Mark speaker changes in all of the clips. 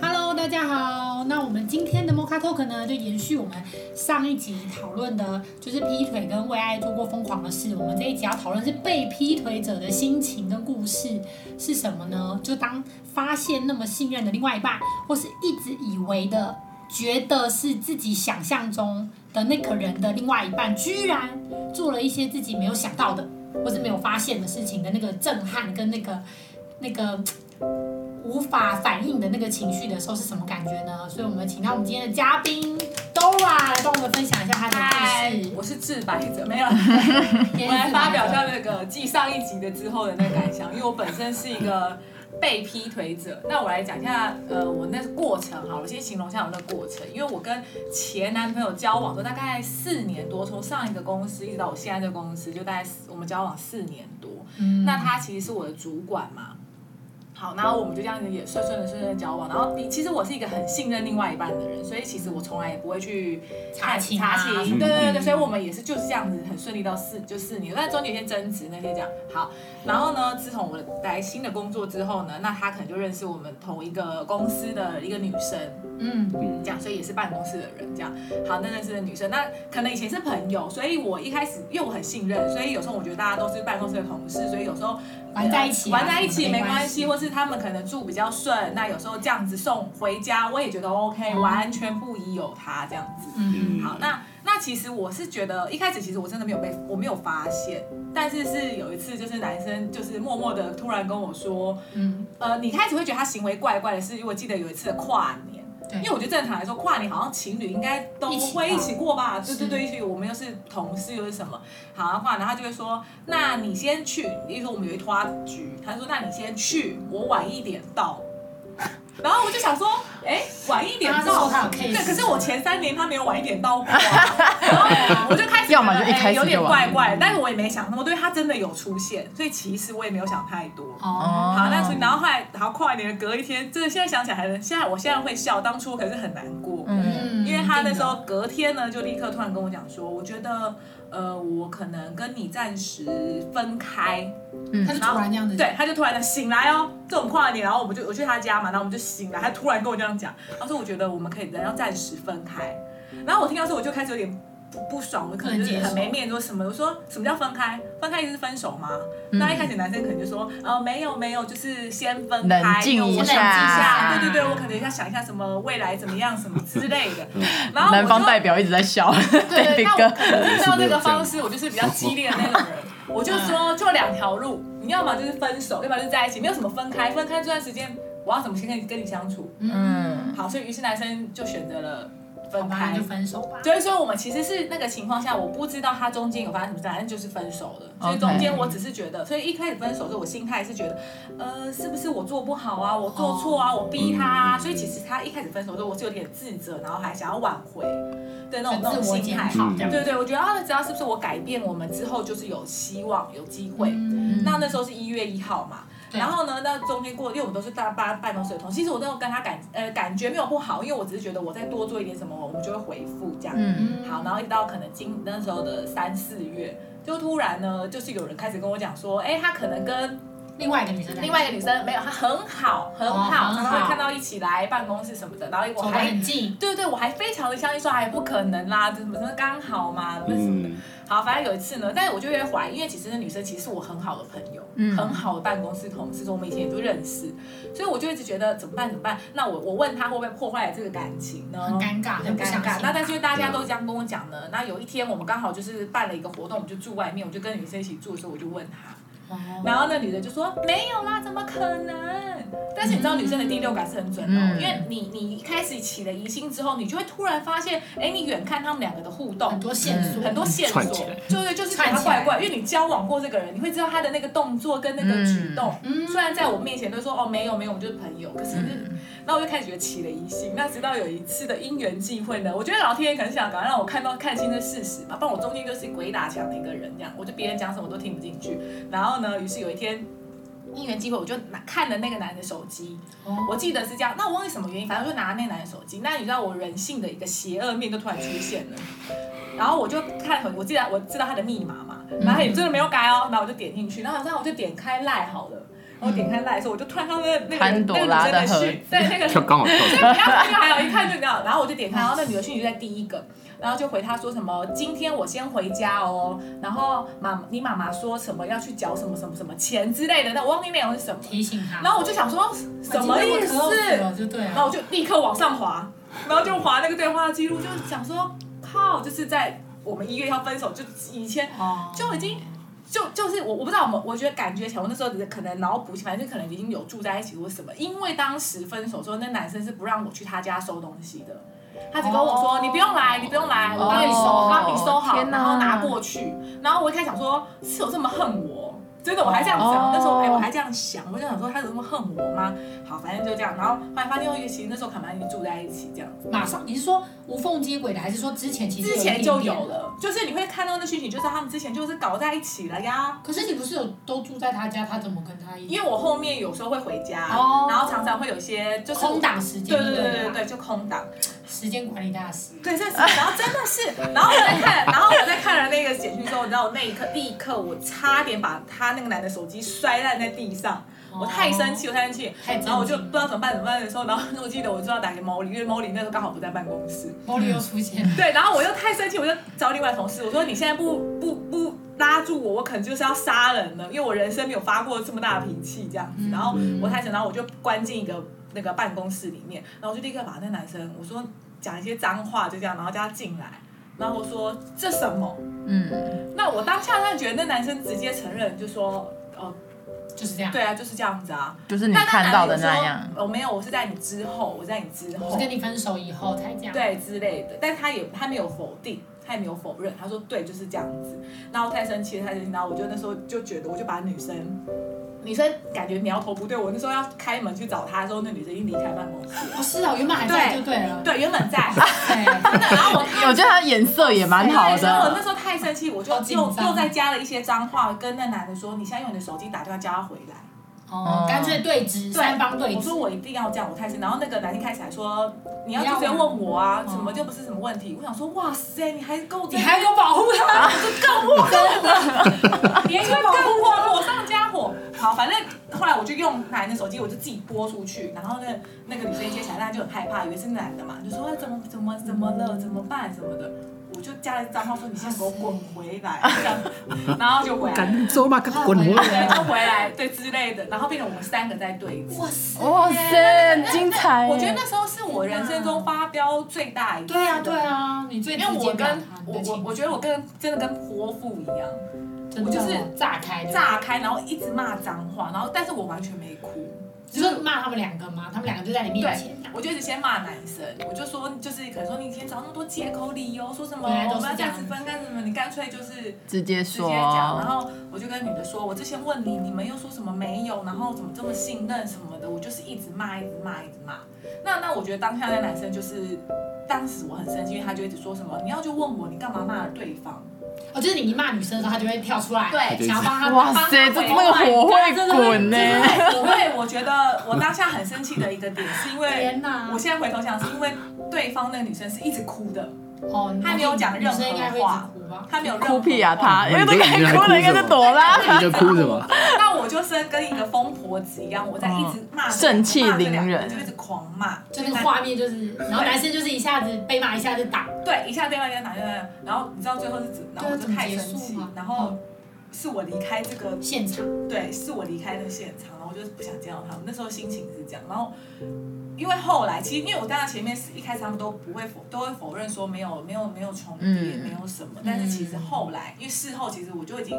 Speaker 1: Hello，大家好，那我们今天的 Mocha Talk 呢，就延续我们上一集讨论的，就是劈腿跟为爱做过疯狂的事。我们这一集要讨论是被劈腿者的心情跟故事是什么呢？就当发现那么信任的另外一半，或是一直以为的。觉得是自己想象中的那个人的另外一半，居然做了一些自己没有想到的，或是没有发现的事情的那个震撼跟那个那个无法反应的那个情绪的时候是什么感觉呢？所以我们请到我们今天的嘉宾 Dora 来帮我们分享一下她
Speaker 2: 嗨
Speaker 1: 的故事，。
Speaker 2: 我是 自白者，没有啦，
Speaker 1: 我
Speaker 2: 我来发表一下那个继上一集的之后的那个感想，因为我本身是一个被劈腿者。那我来讲一下，呃，我那过程好了，我先形容一下我那过程，因为我跟前男朋友交往的大概四年多，从上一个公司一直到我现在这个公司，就大概四我们交往四年多。那他其实是我的主管嘛。好，然后我们就这样子也顺顺的顺顺地交往。然后你其实我是一个很信任另外一半的人，所以其实我从来也不会去
Speaker 1: 查情啊
Speaker 2: 查
Speaker 1: 嗯
Speaker 2: 情，对对对对，所以我们也是就是这样子很顺利到四就四年，但中间有些争执那些这样。好，然后呢，自从我来新的工作之后呢，那他可能就认识我们同一个公司的一个女生，
Speaker 1: 嗯，
Speaker 2: 这样，所以也是办公室的人这样。好，那认识的女生，那可能以前是朋友，所以我一开始因为我很信任，所以有时候我觉得大家都是办公室的同事，所以有时候呃
Speaker 1: 玩在一起啊
Speaker 2: 玩在一起
Speaker 1: 没
Speaker 2: 没
Speaker 1: 关
Speaker 2: 关
Speaker 1: 系
Speaker 2: 系，或是他们可能住比较顺，那有时候这样子送回家，我也觉得 OK，、
Speaker 1: 嗯
Speaker 2: 完全不疑有他这样子。
Speaker 1: 嗯
Speaker 2: 好，那那其实我是觉得一开始其实我真的没有被我没有发现，但是是有一次就是男生就是默默的突然跟我说，
Speaker 1: 嗯，
Speaker 2: 呃，你开始会觉得他行为怪怪的是，因为我记得有一次的跨年。
Speaker 1: 对，
Speaker 2: 因为我觉得正常来说，跨年好像情侣应该都
Speaker 1: 一起
Speaker 2: 会一起过吧？对
Speaker 1: 是
Speaker 2: 对对，一起过。我们又是同事又是什么？好，然后跨年他就会说，那你先去，例如说我们有一拖局，他就说那你先去，我晚一点到。然后我就想说，哎，晚一点
Speaker 1: 他是
Speaker 2: 到
Speaker 1: 说他有 case
Speaker 2: 对，可是我前三年他没有晚一点到过、 啊，然后我就开始
Speaker 3: 要么
Speaker 2: 觉得
Speaker 3: 就一开
Speaker 2: 哎
Speaker 3: 始
Speaker 2: 有点
Speaker 3: 就晚
Speaker 2: 怪怪，但是我也没想那么多，因为他真的有出现，所以其实我也没有想太多。
Speaker 1: 哦，
Speaker 2: 好，那所以然后后来，然后跨年隔一天，真的现在想起来还能，现在我现在会笑，当初可是很难过。
Speaker 3: 嗯，
Speaker 1: 嗯
Speaker 2: 因为他那时候隔天呢，就立刻突然跟我讲说，我觉得，呃，我可能跟你暂时分开。
Speaker 1: 他就突然这样子，
Speaker 2: 对，他就突然的醒来哦，这种跨年，然后我们就我去他家嘛，然后我们就醒来，他突然跟我这样讲，他说我觉得我们可以人要暂时分开。然后我听到之后我就开始有点不不爽，我可能就是很没面子，说什么我说什么叫分开？分开就是分手吗？
Speaker 3: 嗯
Speaker 2: 那一开始男生可能就说，呃，没有没有，就是先分开，
Speaker 3: 冷静
Speaker 2: 因为我
Speaker 3: 一
Speaker 2: 冷
Speaker 3: 下
Speaker 2: 静一下，对对对，我可能要想一下什么未来怎么样什么之类的。然后我
Speaker 3: 南嗯
Speaker 2: 就
Speaker 3: 方代表一直在笑，
Speaker 2: 对，
Speaker 3: 对
Speaker 2: 那我
Speaker 3: 哥，
Speaker 2: 可能遇到这个方式，我就是比较激烈的那种人。我就
Speaker 1: 嗯
Speaker 2: 说，就两条路，你要么就是分手，要么就是在一起，没有什么分开。分开这段时间，我要怎么先跟你跟你相处？
Speaker 3: 嗯，
Speaker 2: 好，所以于是男生就选择了分
Speaker 1: 好吧，那
Speaker 2: 开
Speaker 1: 就。分手吧。
Speaker 2: 所以说，我们其实是那个情况下，我不知道他中间有发生什么事，反正就是分手了。所以中间我只是觉得，所以一开始分手的时候，我心态是觉得，呃，是不是我做不好啊，我做错
Speaker 1: 哦
Speaker 2: 啊，我逼他啊。所以其实他一开始分手的时候，我是有点自责，然后还想要挽回的那种那
Speaker 1: 自
Speaker 2: 种
Speaker 1: 我
Speaker 2: 心
Speaker 1: 检
Speaker 2: 态。
Speaker 1: 讨这样。
Speaker 2: 对对，我觉得啊，只要是不是我改变，我们之后就是有希望、有机会。
Speaker 1: 嗯
Speaker 2: 那那时候是一月一号嘛，
Speaker 1: 对
Speaker 2: 然后呢，那中间过，因为我们都是大办办公室的同事，其实我那种跟他感呃感觉没有不好，因为我只是觉得我再多做一点什么，我们就会回复这样。
Speaker 3: 嗯，
Speaker 1: 嗯
Speaker 2: 好，然后一直到可能今那时候的三四月，就突然呢，就是有人开始跟我讲说，哎，他可能跟
Speaker 1: 另外一个女生来，
Speaker 2: 另外一个女生没有，他很好很
Speaker 1: 哦
Speaker 2: 好，
Speaker 1: 很
Speaker 2: 常
Speaker 1: 好
Speaker 2: 常会看到一起来办公室什么的，然后我
Speaker 1: 走得
Speaker 2: 还
Speaker 1: 很近，
Speaker 2: 对对，我还非常的相信说，哎，不可能啦，这什么什么刚好嘛，那什么的。好，反正有一次呢，但是我就有点怀疑，因为其实那女生其实是我很好的朋友，
Speaker 4: 嗯
Speaker 1: 嗯
Speaker 2: 很
Speaker 3: 嗯
Speaker 2: 好的办公室同事，所以我们以前也就认识，所以我就一直觉得怎么办怎么办？那我我问他会不会破坏了这个感情呢？
Speaker 1: 很尴尬，
Speaker 2: 很
Speaker 1: 很不
Speaker 2: 尴
Speaker 1: 相
Speaker 2: 尬
Speaker 1: 信。啊
Speaker 2: 那但是因为大家都这样跟我讲呢，那有一天我们刚好就是办了一个活动，我们就住外面，我就跟女生一起住的时候，我就问她，
Speaker 1: 哦，
Speaker 2: 然后那女的就说没有啦，怎么可能？但是你
Speaker 1: 嗯
Speaker 2: 知道女生的第六感是很准的、哦，
Speaker 3: 嗯
Speaker 2: 因为你你一开始起了疑心之后，你就会突然发现，哎，你远看他们两个的互
Speaker 1: 很
Speaker 2: 动。
Speaker 1: 多线索，
Speaker 2: 很多线索
Speaker 5: 串起来，
Speaker 2: 对对，就是觉得他怪怪，因为你交往过这个人，你会知道他的那个动作跟那个举动。
Speaker 1: 嗯
Speaker 2: 虽然在我面前都说哦没有没有，我们就是朋友，可是
Speaker 5: 嗯
Speaker 2: 那、我就开始觉得起了疑心。那直到有一次的因缘际会呢，我觉得老天爷可能想赶快让我看到看清这事实吧，不然我中间就是鬼打墙的一个人，这样我就别人讲什么我都听不进去。然后后呢，于是有一天因缘机会，我就拿看了那个男的手机，
Speaker 1: 哦，
Speaker 2: 我记得是这样，那我忘记什么
Speaker 3: 嗯
Speaker 2: 原因，反正我就拿那个男的手机。那你知道我人性的一个邪恶面就突然出现了，然后我就看很，我记得我知道他的密码嘛，
Speaker 3: 嗯
Speaker 2: 然后也真的没有改哦，然后我就点进去，然后好像我就点开赖好了，然后点开赖的时候，我就突然看到那那个人
Speaker 3: 潘
Speaker 2: 那
Speaker 3: 朵
Speaker 2: 个女
Speaker 3: 拉
Speaker 2: 生
Speaker 3: 的
Speaker 2: 的
Speaker 3: 盒
Speaker 2: 讯，对那个
Speaker 5: 就刚好跳出来。
Speaker 2: 然后就还有一看就知道，然后我就点开，然后那女的讯息在第一个，然后就回他说什么今天我先回家哦，然后妈你妈妈说什么要去缴什么什么什么钱之类的，那我忘记内容是什么，
Speaker 1: 提醒他。
Speaker 2: 然后我就想说啊什么
Speaker 1: 啊
Speaker 2: 意
Speaker 1: 今天我可饿死
Speaker 2: 思，
Speaker 1: 了就对啊
Speaker 2: 然后
Speaker 1: 了。
Speaker 2: 我就立刻往上滑，然后就滑那个对话记录，就想说靠，就是在我们一月要分手，就以前
Speaker 1: 哦，
Speaker 2: 就已经就就是我我不知道我们，我觉得感觉起来，我那时候只是可能脑补起来，反正就可能已经有住在一起或什么。因为当时分手之后，那男生是不让我去他家收东西的，他只跟我说、
Speaker 1: 哦
Speaker 2: 你不用来，你不用来，我帮你收，
Speaker 3: 哦
Speaker 2: 帮你收好，
Speaker 3: 天哪
Speaker 2: 然后拿过去。然后我一开始想说，是有这么恨我？真的，我还这样想，
Speaker 3: 哦
Speaker 2: 那时候哎、我还这样想，我就想说他有这么恨我吗？好，反正就这样。然后后来发现，其实那时候卡玛已经住在一起这样。
Speaker 1: 马上，你是说无缝接轨的，还是说之前其实
Speaker 2: 之前就有
Speaker 1: 了？
Speaker 2: 了，就是你会看到那讯息，就是他们之前就是搞在一起了呀。
Speaker 1: 可是你不是有都住在他家，他怎么跟他一起？
Speaker 2: 因为我后面有时候会回家，
Speaker 1: 哦
Speaker 2: 然后常常会有一些就是
Speaker 1: 空，档时间，
Speaker 2: 对对对对对
Speaker 1: 对，
Speaker 2: 对，就空档，
Speaker 1: 时间管理大师。
Speaker 2: 对，这是，然后真的是，然后我在 看，然后我在看了那个简讯之后，你知道我那一刻立刻我差点把他那个男的手机摔烂在地上，我太生气，我太生气。
Speaker 1: 哦太震惊，
Speaker 2: 然后我就不知道怎么办怎么办的时候，然后我记得我就要打给 Molly，因为 Molly 那时候刚好不在办公室。
Speaker 1: 玻璃又出现了，
Speaker 2: 对，然后我又太生气，我就找另外同事，我说你现在不不不拉住我，我可能就是要杀人了，因为我人生没有发过这么大的脾气这样
Speaker 3: 嗯
Speaker 2: 子。然后我太生气，然后我就关进一个那个办公室里面，然后我就立刻把那男生我说讲一些脏话，就这样，然后叫他进来，然后我说这什么？
Speaker 3: 嗯，
Speaker 2: 那我当下那觉得那男生直接承认，就说哦，
Speaker 1: 就是这样。
Speaker 2: 对啊，就是这样子啊。
Speaker 3: 就是你
Speaker 2: 但
Speaker 3: 看到的
Speaker 2: 男
Speaker 3: 那
Speaker 2: 说
Speaker 3: 样，
Speaker 2: 哦，没有，我是在你之后，我在你之
Speaker 1: 我
Speaker 2: 后
Speaker 1: 是。跟你分手以后才这样。，
Speaker 2: 对之类的，但他也他没有否定，他也没有否认，他说对就是这样子。然后太生气了，太生气，然后我就那时候就觉得，我就把女生。女生感觉苗头不对，我那时候要开门去找她的时候，那女生已经离开办公室了。
Speaker 1: 哦是哦，原本还在就对了。
Speaker 2: 对，原 本在，
Speaker 1: 对，
Speaker 2: 然后我
Speaker 3: 我觉得他眼色也蛮好
Speaker 2: 对所以我
Speaker 3: 的
Speaker 2: 那，时候太生气，我就
Speaker 1: 好紧
Speaker 2: 又
Speaker 1: 张
Speaker 2: 又再加了一些脏话，跟那男的说，你现在用你的手机打电话叫他回来。
Speaker 1: 哦，干脆对峙，三方对
Speaker 2: 我说
Speaker 1: 峙。
Speaker 2: 我一定要这样，我太生气。然后那个男生开始还说，你要
Speaker 1: 你要
Speaker 2: 直接
Speaker 1: 吗
Speaker 2: 问我啊，
Speaker 1: 哦
Speaker 2: 什么就不是什么问题。我想说，哇塞，你还跟我
Speaker 1: 你还给我保护他，
Speaker 2: 别人保护我，火上加火。好，反正后来我就用男的手机，我就自己拨出去，然后那那个女生接起来，大家就很害怕，以为是男的嘛，就说哎怎么怎么怎么了，怎么办什么的。我就加了脏话说你先给我滚回来，这样，然后就回来，
Speaker 5: 赶走吧，滚回来！
Speaker 2: 对，就回来，对之类的，然后变成我们三个在对峙。
Speaker 1: 哇塞！
Speaker 3: 哇塞，精彩耶！
Speaker 2: 我觉得那时候是我人生中发飙最大一次。
Speaker 1: 对啊，对。啊，你最
Speaker 2: 因
Speaker 1: 直
Speaker 2: 为
Speaker 1: 接
Speaker 2: 我
Speaker 1: 表
Speaker 2: 跟
Speaker 1: 达你
Speaker 2: 我
Speaker 1: 的
Speaker 2: 我
Speaker 1: 情
Speaker 2: 我觉得我跟真的跟泼妇一样，
Speaker 1: 真的
Speaker 2: 我就是
Speaker 1: 哦炸开，对
Speaker 2: 炸开，然后一直骂脏话，然后但是我完全没哭，
Speaker 1: 你说骂他们两个吗？他们两个就在你面
Speaker 2: 对
Speaker 1: 前，
Speaker 2: 我就一直先骂男生，我就说就是可能说你今天找那么多借口理由，说什么我
Speaker 1: 本来
Speaker 2: 们
Speaker 1: 都是
Speaker 2: 要
Speaker 1: 这
Speaker 2: 这
Speaker 1: 样
Speaker 2: 样子分干什么，你干脆就是。
Speaker 3: 直接
Speaker 2: 直接讲，然
Speaker 3: 说，
Speaker 2: 后我就跟女的说，我之前问你，你们又说什么没有，然后怎么这么信任什么的，我就是一直骂，一直骂，一直骂。那那我觉得当下那男生就是，当时我很生气，因为他就一直说什么，你要就问我，你干嘛骂了对方？
Speaker 1: 哦，就是你一骂女生的时候，他就会跳出来，
Speaker 2: 对
Speaker 1: 想要帮他
Speaker 3: 哇塞，这那个火会滚呢，
Speaker 2: 因为我觉得我当下很生气的一个点，是因为
Speaker 1: 天哪
Speaker 2: 我现在回头想，是因为对方那个女生是一直哭的，
Speaker 1: 哦，
Speaker 2: 他没有讲任何话
Speaker 1: 女生应该会一直哭吧？
Speaker 2: 她没有任何
Speaker 3: 哭屁啊
Speaker 2: 话
Speaker 3: 他，因为那个还哭了，应该是朵拉。
Speaker 5: 你在哭什么？
Speaker 2: 那我就是跟一个疯婆子一样，我在一直骂，
Speaker 3: 嗯盛气
Speaker 2: 骂这
Speaker 3: 凌
Speaker 2: 两个
Speaker 3: 人
Speaker 2: 就一直狂骂，
Speaker 1: 就那个画面就是，然后男生就是一下子被骂，一下子打，
Speaker 2: 对，一下对方跟打对方，然后你知道最后是怎，然后我就
Speaker 1: 对啊
Speaker 2: 太
Speaker 1: 怎么
Speaker 2: 生
Speaker 1: 结束
Speaker 2: 气
Speaker 1: 嘛，
Speaker 2: 然后是我离开这个，
Speaker 1: 现场
Speaker 2: 对，是我离开那个现场，然后我就是不想见到他们，那时候心情是这样，然后。因为后来，其实因为我当然前面是一开始他们都不会否，都会否认说没有没有没有重叠，
Speaker 3: 嗯
Speaker 2: 没有什么。但是其实后来，因为事后其实我就已经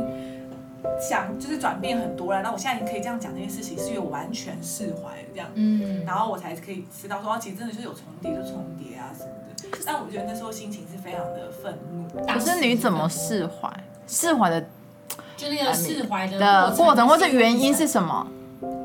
Speaker 2: 想就是转变很多了。那我现在可以这样讲这件事情，是因为我完全释怀了这样。
Speaker 1: 嗯，
Speaker 2: 然后我才可以知道说，哦，其实真的就是有重叠就重叠啊什么的。但我觉得那时候心情是非常的愤怒，
Speaker 3: 可是你怎么释怀？释怀的
Speaker 1: 就那个释怀的
Speaker 3: 的过程，或者
Speaker 1: 是
Speaker 3: 原因是什么？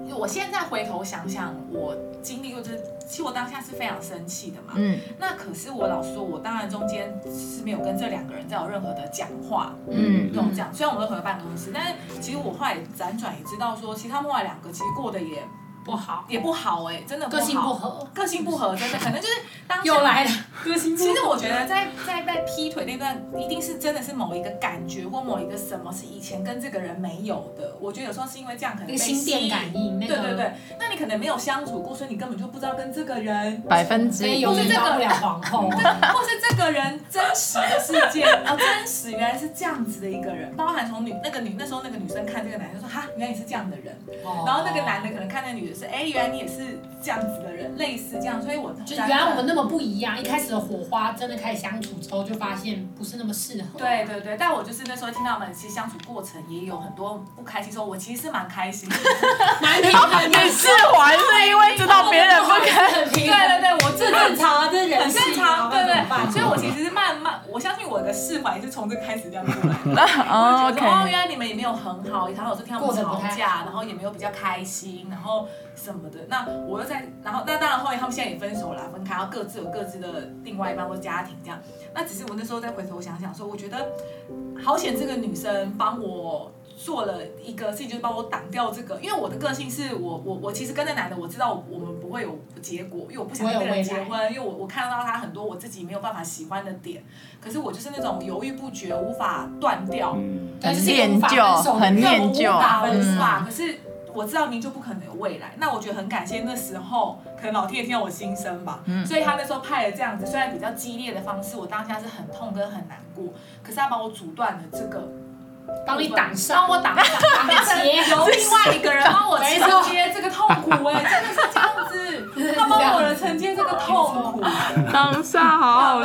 Speaker 2: 因为我我现在回头想想，我经历过这，其实我当下是非常生气的嘛。
Speaker 3: 嗯
Speaker 2: 那可是我老实说，我当然中间是没有跟这两个人再有任何的讲话，
Speaker 3: 嗯
Speaker 2: 这种讲。虽然我们都回到办公室，但是其实我后来辗转也知道说，其实他们后来两个其实过得也
Speaker 1: 不好，
Speaker 2: 也不好哎、真的
Speaker 1: 个性不
Speaker 2: 好，
Speaker 1: 合，
Speaker 2: 个性不合，真的可能就是当下
Speaker 1: 又来了，个性不合。
Speaker 2: 其实我觉得在在在劈腿那段，一定是真的是某一个感觉或某一个什么是以前跟这个人没有的。我觉得有时候是因为这样可
Speaker 1: 那
Speaker 2: 能被
Speaker 1: 个心电感
Speaker 2: 吸
Speaker 1: 应，那
Speaker 2: 引。
Speaker 1: 个
Speaker 2: 对对对，那你可能没有相处过，所以你根本就不知道跟这个人，
Speaker 3: 百分之
Speaker 1: 所
Speaker 2: 哎
Speaker 1: 以
Speaker 3: 一
Speaker 1: 永远当不了皇后。
Speaker 2: 或是这个人真实的世界，哦，真实原来是这样子的一个人。包含从女那个女那时候那个女生看这个男生说哈，原来你是这样的人，然
Speaker 1: 然
Speaker 2: 后那个男的可能看那女的是哎，原来你也是这样子的人，类似这样，所以我
Speaker 1: 就是原来我们那么不一样，一开始的火花，真的开始相处之后，就发现不是那么适合。
Speaker 2: 对对对，但我就是那时候听到我们其实相处过程也有很多不开心，说我其实是蛮开心 的。
Speaker 1: 难听很
Speaker 3: 你释怀是因为知道别人不开
Speaker 1: 很
Speaker 2: 对
Speaker 1: 平
Speaker 2: 对 对，我这
Speaker 1: 这正常啊，这人
Speaker 2: 很正常，对
Speaker 1: 对
Speaker 2: 对。所以 我其实是慢慢，我相信我的释怀是从这开始这样过来的。
Speaker 3: 哦
Speaker 2: 我就觉得哦，
Speaker 3: ，OK，
Speaker 2: 原来你们也没有很好，然后我就听他们
Speaker 1: 过得不
Speaker 2: 吵
Speaker 1: 太
Speaker 2: 架，然后也没有比较开心，然后什么的。那我又在，然后那当然后来他们现在也分手了，分开，然后各自有各自的另外一半或家庭这样。那只是我那时候再回头想想说，我觉得好险这个女生帮我。做了一个事情，就是帮我挡掉这个，因为我的个性是我我我其实跟那男的，我知道我们不会有结果，因为我不想跟那个人结
Speaker 1: 不会
Speaker 2: 婚，因为我我看到他很多我自己没有办法喜欢的点，可是我就是那种犹豫不决，无法断掉，
Speaker 5: 嗯，
Speaker 1: 但
Speaker 3: 很
Speaker 1: 是也无
Speaker 3: 念
Speaker 1: 法
Speaker 3: 旧，
Speaker 1: 分手
Speaker 3: 很
Speaker 2: 对，我
Speaker 3: 念
Speaker 2: 无
Speaker 3: 旧，
Speaker 2: 法无
Speaker 3: 嗯，
Speaker 2: 法。可是我知道明就不可能有未来，那我觉得很感谢那时候，可能老天也听到我心声吧。
Speaker 3: 嗯
Speaker 2: 所以他那时候派了这样子，虽然比较激烈的方式，我当下是很痛跟很难过，可是他把我阻断了这个，
Speaker 1: 帮你挡上
Speaker 2: 帮我挡上，挡上由另外一个人帮我承接这个痛苦、哎，真的是这样子，他帮我承接这个痛苦。
Speaker 3: 当下好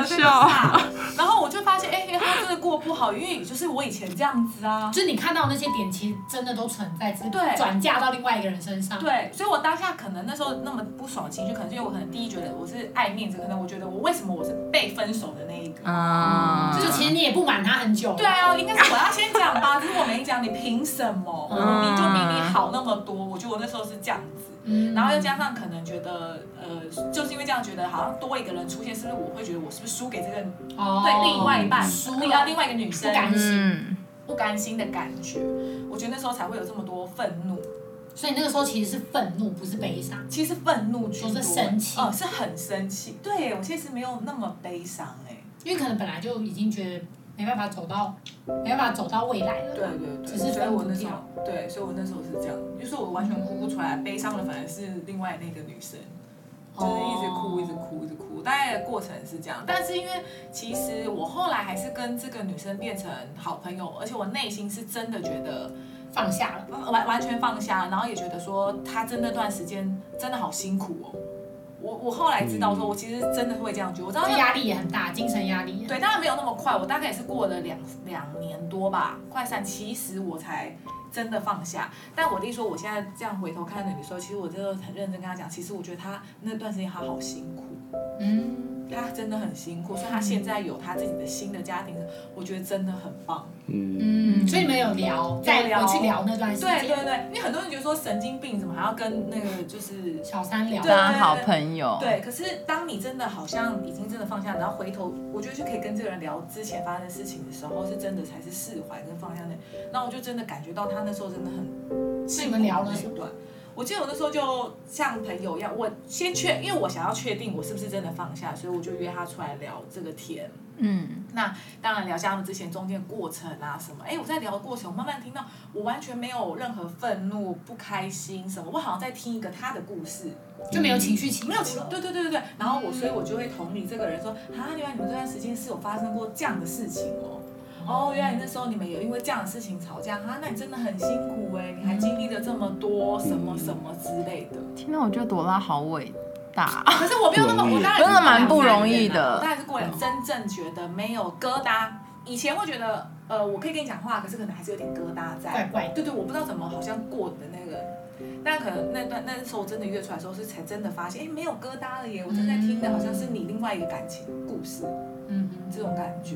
Speaker 2: 然后我就发现，哎、原来他真的过不好，因为也就是我以前这样子啊。
Speaker 1: 就是你看到那些点，其实真的都存在，只是
Speaker 2: 对
Speaker 1: 转嫁到另外一个人身上。
Speaker 2: 对，所以我当下可能那时候那么不爽的情绪，可能是因为我可能第一觉得我是爱面子，可能我觉得我为什么我是被分手的那一
Speaker 1: 嗯
Speaker 2: 个。
Speaker 3: 啊，
Speaker 1: 就是其实你也不瞒他很久。
Speaker 2: 对，啊，应该是我要先讲吧， 只是我没讲，你凭什么？我明明就比你好那么多，我觉得我那时候是这样子。
Speaker 1: 嗯
Speaker 2: 然后又加上可能觉得，呃，就是因为这样觉得好像多一个人出现，是不是我会觉得我是不是输给这个、
Speaker 1: 哦
Speaker 2: 对另外一半，
Speaker 1: 输
Speaker 2: 另外
Speaker 1: 了
Speaker 2: 另外一个女生
Speaker 1: 不甘心，
Speaker 3: 嗯，
Speaker 2: 不甘心的感觉？我觉得那时候才会有这么多愤怒。
Speaker 1: 所以那个时候其实是愤怒，不是悲伤。
Speaker 2: 其实愤怒居多
Speaker 1: 就是生气
Speaker 2: 呃，是很生气。对我其实没有那么悲伤哎、
Speaker 1: 因为可能本来就已经觉得没办法走到，没办法走到未来了。
Speaker 2: 对对对，
Speaker 1: 只是
Speaker 2: 所以我那
Speaker 1: 愤怒
Speaker 2: 时
Speaker 1: 掉
Speaker 2: 候，对，所以我那时候是这样，就是我完全哭不出来，悲伤的反而是另外那个女生，就是一直哭，一直哭，一直哭。大概的过程是这样，但是因为其实我后来还是跟这个女生变成好朋友，而且我内心是真的觉得呃
Speaker 1: 放下了。
Speaker 2: 完完全放下，然后也觉得说他真那段时间真的好辛苦哦。我我后来知道说，我其实真的会这样觉得，我知道
Speaker 1: 这
Speaker 2: 那
Speaker 1: 压力也很大，精神压力。，
Speaker 2: 对，当然没有那么快，我大概也是过了两两年多吧，快三，其实我才真的放下。但我弟说，我现在这样回头看着你说，其实我真的很认真跟他讲，其实我觉得他那段时间他好辛苦，
Speaker 1: 嗯，
Speaker 2: 他真的很辛苦，所以他现在有他自己的新的家庭，我觉得真的很棒。
Speaker 5: 嗯，
Speaker 1: 嗯，所以你们有聊，再
Speaker 2: 聊
Speaker 1: 回去聊那段时
Speaker 2: 对
Speaker 1: 间，
Speaker 2: 对对，因为很多人觉得说神经病怎么还要跟那个就是
Speaker 1: 小三聊，
Speaker 2: 对啊
Speaker 3: 当好朋
Speaker 1: 哦
Speaker 3: 友，
Speaker 2: 对，可是当你真的好像已经真的放下，然后回头，我觉得就可以跟这个人聊之前发生的事情的时候，是真的才是释怀跟放下的。那我就真的感觉到他那时候真的很
Speaker 1: 那你
Speaker 2: 辛苦
Speaker 1: 们
Speaker 2: 的
Speaker 1: 聊了
Speaker 2: 那一段。我记得我那时候就像朋友一样，我先确，因为我想要确定我是不是真的放下，所以我就约他出来聊这个天。
Speaker 3: 嗯，
Speaker 2: 那当然聊一下他们之前中间的过程啊什么。哎，我在聊的过程，我慢慢听到，我完全没有任何愤怒、不开心什么，我好像在听一个他的故事。
Speaker 1: 就没有情绪起伏
Speaker 2: 没
Speaker 1: 了，
Speaker 2: 有情，对对对对对。然后我，所以我就会同理这个人说，啊，原来你们这段时间是有发生过这样的事情哦。哦，原来你那时候你们有因为这样的事情吵架，啊，那你真的很辛苦哎、你还经历了这么多什么什么之类的。
Speaker 3: 天哪，我觉得朵拉好伟大，啊
Speaker 2: 可是我没有那么，我当然是
Speaker 3: 真的蛮不容易的
Speaker 2: 我当然是过来真正觉得没有疙瘩。以前会觉得，呃，我可以跟你讲话，可是可能还是有点疙瘩在。
Speaker 1: 怪怪的。
Speaker 2: 对对，我不知道怎么好像过的那个，但可能那段那时候我真的约出来的时候是才真的发现，哎，没有疙瘩了耶！我正在听的好像是你另外一个感情故事，
Speaker 1: 嗯
Speaker 2: 这种感觉。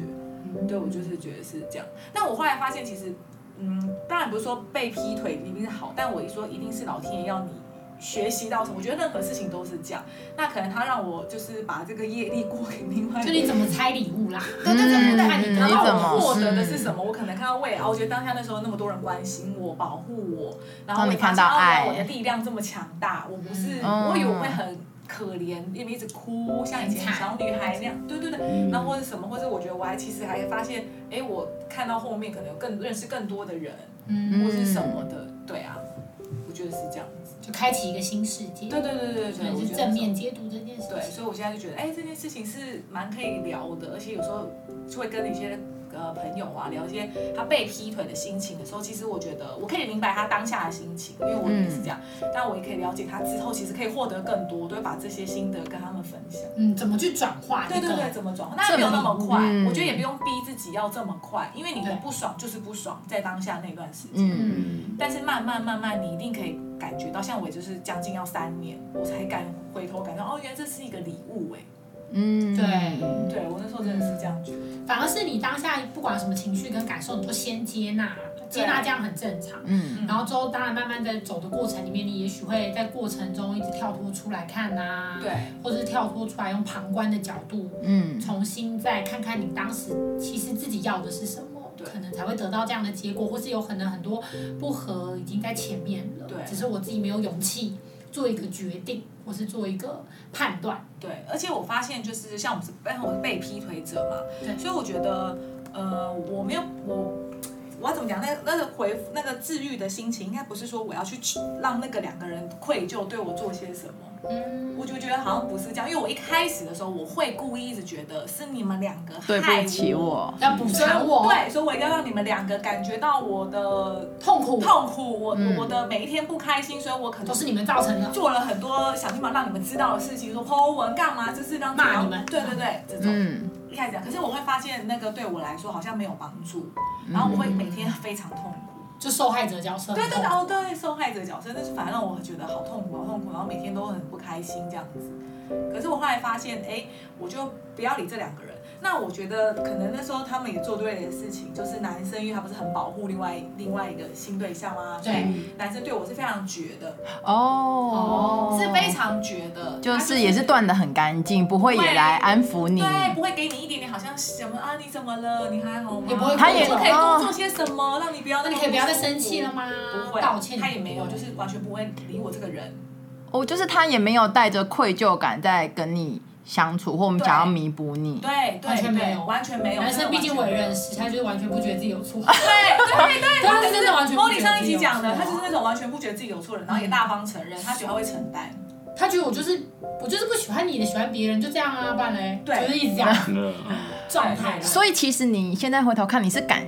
Speaker 2: 嗯对，我就是觉得是这样。但我后来发现，其实，嗯，当然不是说被劈腿一定是好，但我一说一定是老天爷要你学习到什么。我觉得任何事情都是这样。那可能他让我就是把这个业力过给另外一
Speaker 1: 就
Speaker 2: 个
Speaker 1: 你怎么猜礼物啦？
Speaker 2: 对对对对对，
Speaker 3: 嗯
Speaker 2: 你看
Speaker 3: 你怎
Speaker 2: 到
Speaker 3: 么嗯
Speaker 2: 我获得的是什么？我可能看到未来，我觉得当下那时候那么多人关心我、保护我，然
Speaker 3: 让
Speaker 2: 后我
Speaker 3: 你
Speaker 2: 也发
Speaker 3: 看
Speaker 2: 现
Speaker 3: 到
Speaker 2: 哦原来
Speaker 3: 爱
Speaker 2: 我的力量这么强大，我不是，
Speaker 3: 嗯
Speaker 2: 我以为我会很可怜，因为一直哭，像以前小女孩那样，对对对，
Speaker 3: 嗯
Speaker 2: 那或者什么，或者我觉得我还其实还发现，哎，我看到后面可能有更认识更多的人，
Speaker 1: 嗯，
Speaker 2: 或是什么的，
Speaker 3: 嗯
Speaker 2: 对啊，我觉得是这样子，
Speaker 1: 就开启一个新世界，
Speaker 2: 对对对对
Speaker 1: 可
Speaker 2: 对，
Speaker 1: 能
Speaker 2: 我觉
Speaker 1: 是
Speaker 2: 得
Speaker 1: 正
Speaker 2: 是
Speaker 1: 面解读这件事
Speaker 2: 对，
Speaker 1: 情。
Speaker 2: 所以我现在就觉得，哎、这件事情是蛮可以聊的，而且有时候就会跟一些呃朋友啊聊一些他被劈腿的心情的时候，其实我觉得我可以明白他当下的心情，因为我也是这样，但我也可以了解他之后其实可以获得更多，我都会把这些心得跟他们分享。
Speaker 1: 嗯，怎么去转化这
Speaker 2: 对
Speaker 1: 个？
Speaker 2: 对对，怎么转换？那没有那么快，
Speaker 3: 嗯
Speaker 2: 我觉得也不用逼自己要这么快，因为你的
Speaker 1: 对
Speaker 2: 不爽就是不爽，在当下那段时间。
Speaker 3: 嗯，
Speaker 1: 嗯，
Speaker 2: 但是慢慢慢慢，你一定可以感觉到，像我也就是将近要三年，我才敢回头感到，哦，原来这是一个礼物哎、
Speaker 3: 嗯，
Speaker 1: 对
Speaker 2: 对我那时候真的是这样觉得。
Speaker 1: 反而是你当下不管什么情绪跟感受，你都先接纳，接纳这样很正常。
Speaker 3: 嗯，
Speaker 1: 然后之后，当然慢慢在走的过程里面，你也许会在过程中一直跳脱出来看啊呐、
Speaker 2: 对，
Speaker 1: 或者是跳脱出来用旁观的角度，
Speaker 3: 嗯，
Speaker 1: 重新再看看你当时其实自己要的是什么，
Speaker 2: 对
Speaker 1: 可能才会得到这样的结果，或是有可能很多不合已经在前面了，
Speaker 2: 对
Speaker 1: 只是我自己没有勇气做一个决定，或是做一个判断，
Speaker 2: 对，而且我发现就是像我们是被我是被劈腿者嘛
Speaker 1: 对，
Speaker 2: 所以我觉得呃我没有我。我要怎么讲？那那个回复那个治愈的心情，应该不是说我要去让那个两个人愧疚对我做些什么，
Speaker 1: 嗯，
Speaker 2: 我就觉得好像不是这样。因为我一开始的时候，我会故意一直觉得是你们两个害
Speaker 3: 对不起
Speaker 2: 我，
Speaker 3: 我，
Speaker 1: 要补
Speaker 2: 所以
Speaker 1: 偿我
Speaker 2: 对，所以我一定要让你们两个感觉到我的
Speaker 1: 痛苦
Speaker 2: 痛苦，我、
Speaker 3: 嗯
Speaker 2: 我的每一天不开心，所以我可能
Speaker 1: 都是你们造成的，
Speaker 2: 做了很多想办法让你们知道的事情，说 Po 文干嘛，就是让
Speaker 1: 骂你们
Speaker 2: 对对对，这种、
Speaker 3: 嗯，
Speaker 2: 一开始讲，可是我会发现那个对我来说好像没有帮助，然后我会每天非常痛苦。
Speaker 1: 就受害者角色，
Speaker 2: 对对对，哦对，受害者角色，但是反而让我觉得好痛苦，好痛苦，然后每天都很不开心这样子。可是我后来发现，哎，我就不要理这两个人。那我觉得可能那时候他们也做对的事情，就是男生因为他不是很保护另外另外一个新对象啊，所以
Speaker 1: 对
Speaker 2: 男生对我是非常绝的，
Speaker 3: 哦，
Speaker 2: 是非常绝的，
Speaker 3: 就
Speaker 2: 他
Speaker 3: 是也是断的很干净，不会也来安抚你，
Speaker 2: 对，不会给你一点点好像什么啊，你怎么了？你还好吗？
Speaker 1: 也不会
Speaker 3: 他也
Speaker 2: 不可以多做些什么，让你不要
Speaker 1: 那
Speaker 2: 那
Speaker 1: 你
Speaker 2: 么
Speaker 1: 可以不要再
Speaker 2: 不舒服
Speaker 1: 生气了吗？
Speaker 2: 不会
Speaker 1: 道歉，
Speaker 2: 他也没有，就是完全不会理我这个人。
Speaker 3: 哦，就是他也没有带着愧疚感在跟你相处，或我们
Speaker 2: 对
Speaker 3: 想要弥补你，
Speaker 2: 对对
Speaker 1: 完全没
Speaker 2: 对
Speaker 1: 有
Speaker 2: 完全没有。
Speaker 1: 男生
Speaker 2: 真的
Speaker 1: 毕竟我
Speaker 2: 完
Speaker 1: 也
Speaker 2: 全没有
Speaker 1: 认识，他就是完全不觉得自己有错，
Speaker 2: 对对对，
Speaker 1: 对他是真的完全不
Speaker 2: 莫
Speaker 1: 觉得自己有错
Speaker 2: 莉上一集讲的，他就是那种完全不觉得自己有错的人，然后也大方承认，他觉得他会承担。
Speaker 1: 他觉得我就是我就是不喜欢你的，喜欢别人就这样啊，不然嘞，
Speaker 2: 对
Speaker 1: 就是一直这样
Speaker 5: 嗯
Speaker 1: 状态啦。
Speaker 3: 所以其实你现在回头看，你是感，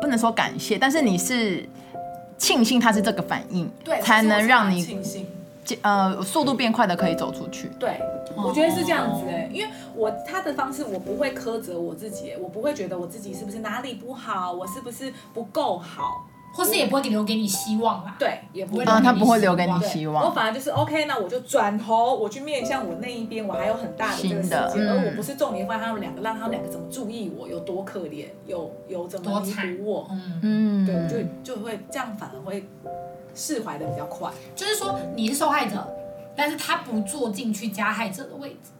Speaker 3: 不能说感谢，但是你是庆幸他是这个反应，
Speaker 2: 对，
Speaker 3: 才能让
Speaker 2: 其实
Speaker 3: 你
Speaker 2: 我是蛮庆幸。
Speaker 3: 呃速度变快的可以走出去。
Speaker 2: 对，
Speaker 1: 哦
Speaker 2: 我觉得是这样子哎、因为我他的方式，我不会苛责我自己欸、我不会觉得我自己是不是哪里不好，我是不是不够好，
Speaker 1: 或是也不会留给你希望啦。
Speaker 2: 对，也不会
Speaker 1: 嗯
Speaker 3: 嗯，他不会留
Speaker 1: 留
Speaker 3: 给
Speaker 1: 给
Speaker 3: 你
Speaker 1: 你
Speaker 2: 对
Speaker 3: 希
Speaker 2: 我
Speaker 3: 望。
Speaker 2: 反而就是 OK，那我就转头，我去面向我那一边，我还有很大的这个时
Speaker 3: 新的
Speaker 2: 间，
Speaker 3: 嗯
Speaker 2: 而我不是重点放在他们两个，让他们两个怎么注意我，有多可怜，有有怎么
Speaker 1: 多
Speaker 2: 弥
Speaker 1: 惨
Speaker 2: 补我，
Speaker 1: 嗯，
Speaker 3: 嗯，
Speaker 2: 对，我就就会这样反而会释怀的比较快。
Speaker 1: 就是说你是受害者，但是他不坐进去加害者的位置，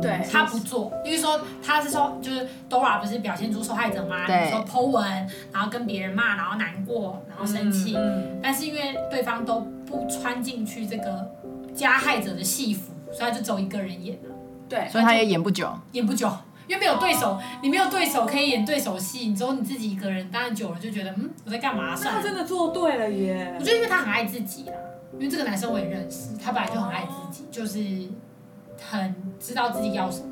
Speaker 2: 对
Speaker 1: 他不做。因为说他是说，就是 Dora 不是表现出受害者吗？
Speaker 3: 对
Speaker 1: 你说 Po 文，然后跟别人骂，然后难过，然后生气，
Speaker 2: 嗯
Speaker 1: 但是因为对方都不穿进去这个加害者的戏服，所以他就只有一个人演了，
Speaker 2: 对，
Speaker 3: 所以他也演不久。
Speaker 1: 演不久。因为没有对手，你没有对手可以演对手戏，你只有你自己一个人，当然久了就觉得，嗯，我在干嘛？
Speaker 2: 那
Speaker 1: 算
Speaker 2: 他
Speaker 1: 了，
Speaker 2: 真的做对了耶
Speaker 1: 我。觉得因为他很爱自己啦，啊因为这个男生我也认识，他本来就很爱自己，就是很知道自己要什么。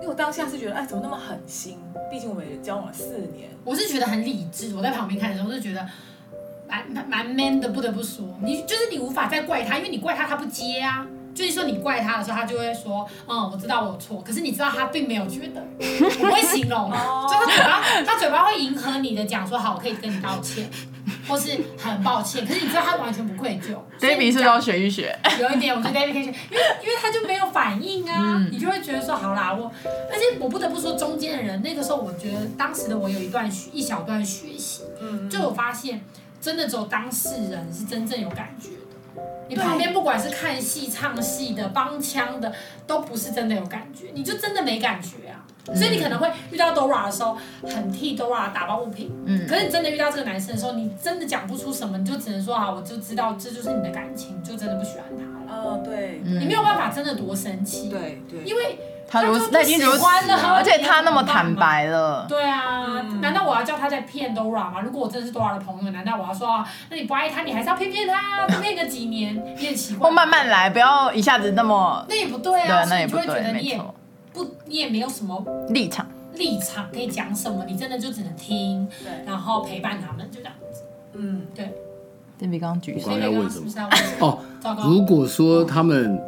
Speaker 2: 因为我当下是觉得，哎，怎么那么狠心？毕竟我们也交往了四年。
Speaker 1: 我是觉得很理智，我在旁边看的时候，我就觉得蛮蛮蛮 man 的，不得不说，你就是你无法再怪他，因为你怪他他不接啊。就是说你怪他的时候，他就会说，嗯，我知道我错，可是你知道他并没有觉得，我不会形容，
Speaker 2: 哦
Speaker 1: 就他嘴巴他嘴巴会迎合你的讲说，好，我可以跟你道歉，或是很抱歉，可是你知道他完全不愧疚。所以
Speaker 3: Baby
Speaker 1: 你
Speaker 3: 是不是
Speaker 1: 讲
Speaker 3: 要学一学？
Speaker 1: 有一点，我觉得 David 可以选，因为因为他就没有反应啊，你就会觉得说好啦，我，而且我不得不说中间的人，那个时候我觉得当时的我有一段学一小段学习，
Speaker 2: 嗯
Speaker 1: 就我发现真的只有当事人是真正有感觉的，你旁边不管是看戏、唱戏的、帮腔的，都不是真的有感觉，你就真的没感觉啊。
Speaker 2: 嗯
Speaker 1: 所以你可能会遇到 Dora 的时候，很替 Dora 打抱不平。
Speaker 3: 嗯
Speaker 1: 可是你真的遇到这个男生的时候，你真的讲不出什么，你就只能说啊，我就知道这就是你的感情，就真的不喜欢他了。
Speaker 2: 哦，对，
Speaker 1: 你没有办法真的多生气，
Speaker 2: 对对，
Speaker 1: 因为
Speaker 3: 他如
Speaker 1: 就不
Speaker 3: 那已经如
Speaker 1: 喜欢
Speaker 3: 此
Speaker 1: 了，
Speaker 3: 了，而且他那么
Speaker 1: 你也很棒
Speaker 3: 坦
Speaker 1: 嘛
Speaker 3: 白了，
Speaker 1: 对啊，
Speaker 2: 嗯
Speaker 1: 难道我要叫他在骗 Dora 吗？如果我真的是 Dora 的朋友，难道我要说啊，那你不爱他，你还是要骗骗他，多骗个几年，也很奇怪。
Speaker 3: 或慢慢来，不要一下子那么
Speaker 1: 那也不对
Speaker 3: 对
Speaker 1: 啊，，所
Speaker 3: 那
Speaker 1: 以
Speaker 3: 也
Speaker 1: 你
Speaker 3: 不
Speaker 1: 就会觉
Speaker 3: 对，
Speaker 1: 得你
Speaker 3: 没
Speaker 1: 也
Speaker 3: 错，
Speaker 1: 不，你也没有什么
Speaker 3: 立场。
Speaker 1: 立场可以讲什么，你真的就只能听，
Speaker 2: 对，
Speaker 1: 然后陪伴他们，就这样。
Speaker 2: 嗯，
Speaker 3: 这比刚刚举手
Speaker 5: 我刚才问什
Speaker 1: 所以
Speaker 5: 么
Speaker 1: 你刚刚是不是要问什么？
Speaker 5: 哦，
Speaker 1: 糟糕，
Speaker 5: 如果说他们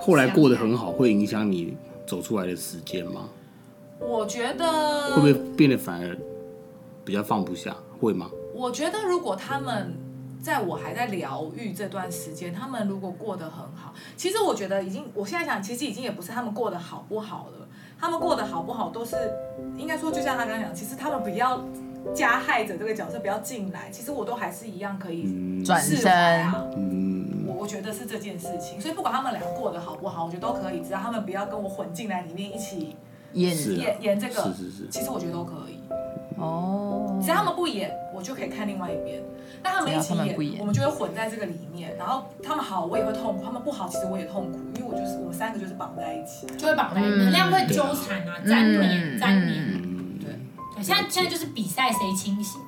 Speaker 5: 后来过得很好，会影响你走出来的时间吗？
Speaker 2: 我觉得
Speaker 5: 会不会变得反而比较放不下？会吗？
Speaker 2: 我觉得如果他们在我还在疗愈这段时间，他们如果过得很好，其实我觉得已经，我现在想，其实已经也不是他们过得好不好了，他们过得好不好都是应该说，就像他刚刚讲，其实他们不要加害者这个角色不要进来，其实我都还是一样可以
Speaker 5: 嗯，
Speaker 3: 转
Speaker 2: 释怀啊。
Speaker 5: 嗯，
Speaker 2: 我我觉得是这件事情，所以不管他们俩过得好不好，我觉得都可以，只要他们不要跟我混进来里面一起
Speaker 3: 演
Speaker 5: 是啊
Speaker 2: 演演这个，
Speaker 5: 是是是
Speaker 2: 其实我觉得都可以。
Speaker 3: 哦
Speaker 2: 只要他们不演，我就可以看另外一边。那他们一起
Speaker 3: 只要他们不
Speaker 2: 演，
Speaker 3: 演
Speaker 2: 我们就会混在这个里面。然后他们好，我也会痛苦；他们不好，其实我也痛苦，因为我就是我们三个就是绑在一起。
Speaker 1: 就会绑在能量会纠缠啊，粘黏粘黏。
Speaker 5: 嗯，
Speaker 2: 对
Speaker 1: 对，现在现在就是比赛谁清醒。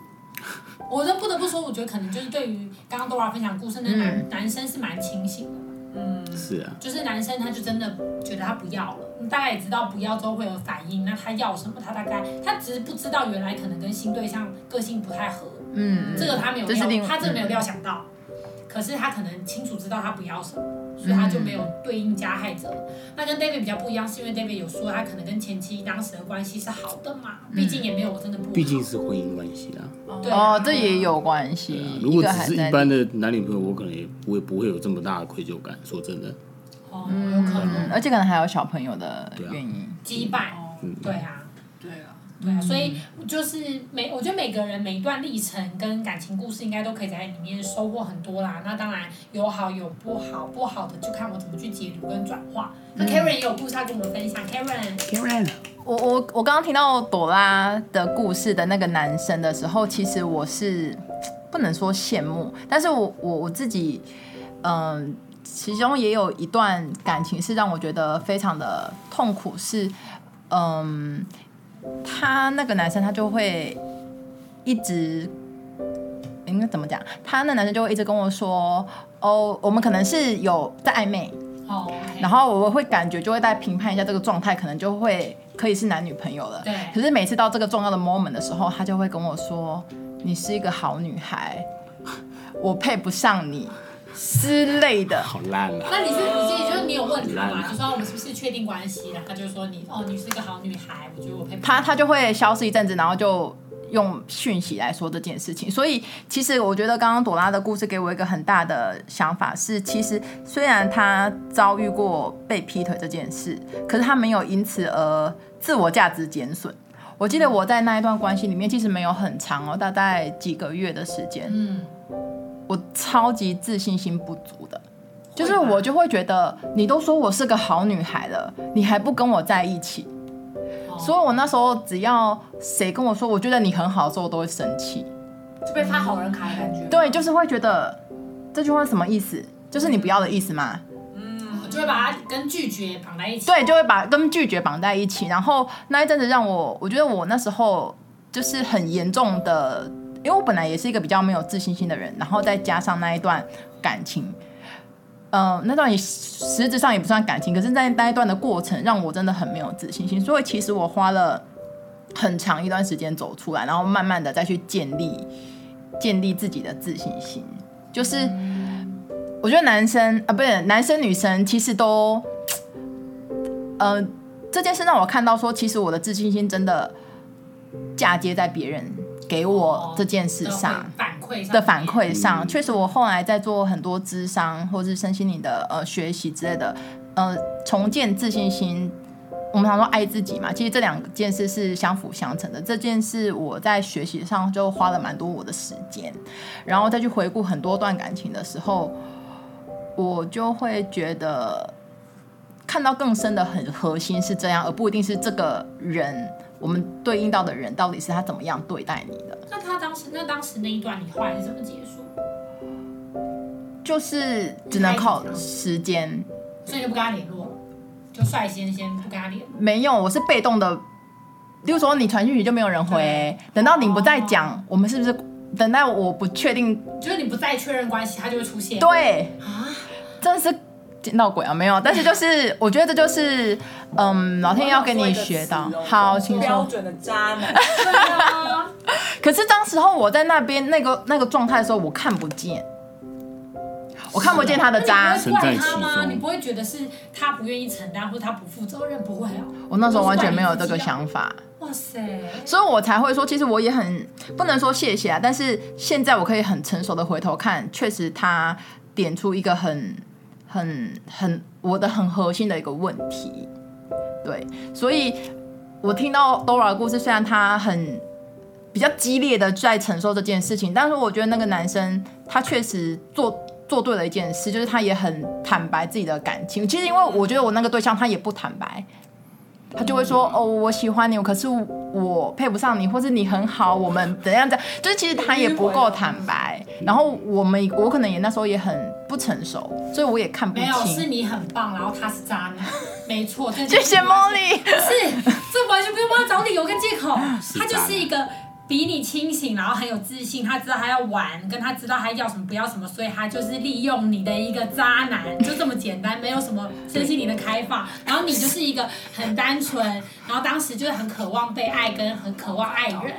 Speaker 1: 我都不得不说，我觉得可能就是对于刚刚 Dora 分享故事，那男、
Speaker 3: 嗯
Speaker 1: 男生是蛮清醒的。
Speaker 2: 嗯，
Speaker 5: 是啊，
Speaker 1: 就是男生他就真的觉得他不要了，你大概也知道不要之后会有反应，那他要什么？他大概他只是不知道原来可能跟新对象个性不太合，
Speaker 3: 嗯
Speaker 1: 这个他没有
Speaker 3: 这是
Speaker 1: 料，
Speaker 3: 另嗯
Speaker 1: 他真的没有料想到。可是他可能清楚知道他不要什么，所
Speaker 3: 嗯
Speaker 1: 以他就没有对应加害者。那跟 David 比较不一样，是因为 David 有说他可能跟前妻当时的关系是好的嘛，毕
Speaker 3: 嗯
Speaker 1: 竟也没有真的不好。
Speaker 5: 毕竟是婚姻关系啊。
Speaker 1: 对啊
Speaker 3: 哦，这也有关系。
Speaker 5: 如果
Speaker 3: 个
Speaker 5: 只
Speaker 3: 还
Speaker 5: 是
Speaker 3: 在
Speaker 5: 一般的男女朋友，我可能也不会不会有这么大的愧疚感。说真的，
Speaker 1: 哦，有可
Speaker 3: 嗯，
Speaker 1: 能
Speaker 3: 而且可能还有小朋友的
Speaker 5: 对啊
Speaker 3: 原因。
Speaker 1: 羁绊，
Speaker 3: 嗯
Speaker 1: 对啊。
Speaker 2: 对啊，
Speaker 1: 对啊，所以就是每我觉得每个人每一段历程跟感情故事，应该都可以在里面收获很多啦。那当然有好有不好，不好的就看我怎么去解读跟转
Speaker 3: 嗯
Speaker 1: 化。那 Karen 也有故事要跟我们分享，Karen，
Speaker 3: 我我我刚刚听到朵拉的故事的那个男生的时候，其实我是不能说羡慕，但是我我我自己，嗯、其中也有一段感情是让我觉得非常的痛苦，是嗯、他那个男生他就会一直。应该怎么讲？他那男生就会一直跟我说：“哦，我们可能是有在暧昧，
Speaker 1: 哦
Speaker 3: 然后我会感觉就会再评判一下这个状态，可能就会可以是男女朋友了。
Speaker 1: 对
Speaker 3: 可是每次到这个重要的 moment 的时候，他就会跟我说：“你是一个好女孩，我配不上你之类的。
Speaker 5: 好烂啊！
Speaker 1: 那你是你自己就是你有问他
Speaker 5: 烂
Speaker 1: 嘛？
Speaker 5: 啊
Speaker 1: 就说我们是不是确定关系了？他就说你哦，你是个好女孩，我觉得我佩服你。
Speaker 3: 他他就会消失一阵子，然后就用讯息来说这件事情。所以其实我觉得刚刚朵拉的故事给我一个很大的想法是，其实虽然她遭遇过被劈腿这件事，可是她没有因此而自我价值减损。我记得我在那一段关系里面，其实没有很长哦，大概几个月的时间，
Speaker 1: 嗯，
Speaker 3: 我超级自信心不足的，就是我就会觉得你都说我是个好女孩了，你还不跟我在一起，
Speaker 1: 哦
Speaker 3: 所以我那时候只要谁跟我说我觉得你很好的时候，我都会生气。
Speaker 2: 就被发好人卡的感觉。
Speaker 3: 对，就是会觉得这句话什么意思？就是你不要的意思吗？
Speaker 1: 我就会把他跟拒绝绑在一起。
Speaker 3: 对，就会把跟拒绝绑在一起。然后那一阵子让我，我觉得我那时候就是很严重的，因为我本来也是一个比较没有自信心的人，然后再加上那一段感情，呃，那段也实质上也不算感情，可是，在那一段的过程，让我真的很没有自信心。所以其实我花了很长一段时间走出来，然后慢慢的再去建立建立自己的自信心，就是。我觉得男生啊，不是男生女生，其实都呃，这件事让我看到说，其实我的自信心真的嫁接在别人给
Speaker 1: 哦
Speaker 3: 我这件事上。
Speaker 1: 的反馈上
Speaker 3: 的反馈
Speaker 5: 嗯
Speaker 3: 上，确实，我后来在做很多智商或是身心灵的呃学习之类的，呃，重建自信心我们常说爱自己嘛，其实这两件事是相辅相成的。这件事我在学习上就花了蛮多我的时间，然后再去回顾很多段感情的时候，我就会觉得看到更深的很核心是这样，而不一定是这个人我们对应到的人到底是他怎么样对待你的。
Speaker 1: 那他当时，那当时那一段你后来是怎么结束？
Speaker 3: 就是只能靠时间。
Speaker 1: 所以就不跟他联络了，就率先先不跟他联络。
Speaker 3: 没有，我是被动的。例如说，你传讯息就没有人回，等到你不再讲，我们是不是等待我不确定？
Speaker 1: 就是你不再确认关系，他就会出现。
Speaker 3: 对，
Speaker 1: 啊，
Speaker 3: 真的是见到鬼啊，没有。但是就是，我觉得这就是，嗯，老天要给你学到
Speaker 2: 我要说一个词哦。
Speaker 3: 好，请
Speaker 2: 标
Speaker 3: 说。
Speaker 2: 准的渣 男，
Speaker 1: 对啊，
Speaker 3: 可是当时候我在那边那个那个状态的时候，我看不见，我看不见他的
Speaker 1: 那
Speaker 3: 渣
Speaker 1: 你。不会怪他吗？你不会觉得是他不愿意承担，或者他不负责任？不会啊。
Speaker 3: 我那时候完全没有这个想法。
Speaker 1: 哇塞，
Speaker 3: 所以我才会说，其实我也很不能说谢谢啊，但是现在我可以很成熟的回头看，确实他点出一个很、很、很我的很核心的一个问题，对，所以我听到 Dora 的故事，虽然他很比较激烈的在承受这件事情，但是我觉得那个男生他确实做。做对了一件事，就是他也很坦白自己的感情。其实，因为我觉得我那个对象他也不坦白，他就会说：“哦，我喜欢你，可是我配不上你，或是你很好，我们怎样怎样。”就是其实他也不够坦白，然后我们我可能也那时候也很不成熟，所以我也看不
Speaker 1: 没有，是
Speaker 3: 清。
Speaker 1: 你很棒，然后他是渣男，没错。这
Speaker 3: 谢谢 Molly，
Speaker 1: 是，这完全不用帮他找理由跟借口，
Speaker 5: 是
Speaker 1: 他就
Speaker 5: 渣
Speaker 1: 是一个比你清醒，然后很有自信，他知道他要玩，跟他知道他要什么不要什么，所以他就是利用你的一个渣男，就这么简单，没有什么身心灵的开放。然后你就是一个很单纯，然后当时就是很渴望被爱，跟很渴望爱人。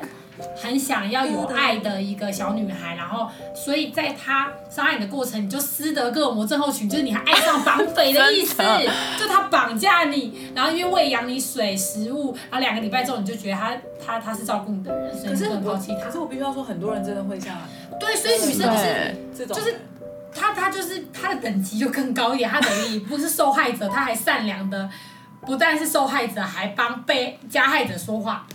Speaker 1: 很想要有爱的一个小女孩，然后所以在她伤害你的过程，你就私得各种魔症候群，就是你还爱上绑匪的意思
Speaker 3: 真的，
Speaker 1: 就他绑架你，然后因为喂养你水食物，然后两个礼拜之后你就觉得他他他是照顾你的人，所以
Speaker 2: 可
Speaker 1: 你
Speaker 2: 是
Speaker 1: 不能
Speaker 2: 我
Speaker 1: 抛弃
Speaker 2: 可
Speaker 1: 他
Speaker 2: 是。我必须要说，很多人真的会像
Speaker 1: 对，所以女生就是
Speaker 3: 对
Speaker 2: 这种，
Speaker 1: 就是她她就是她的等级就更高一点，她等于不是受害者，她还善良的。不但是受害者，还帮被加害者说话。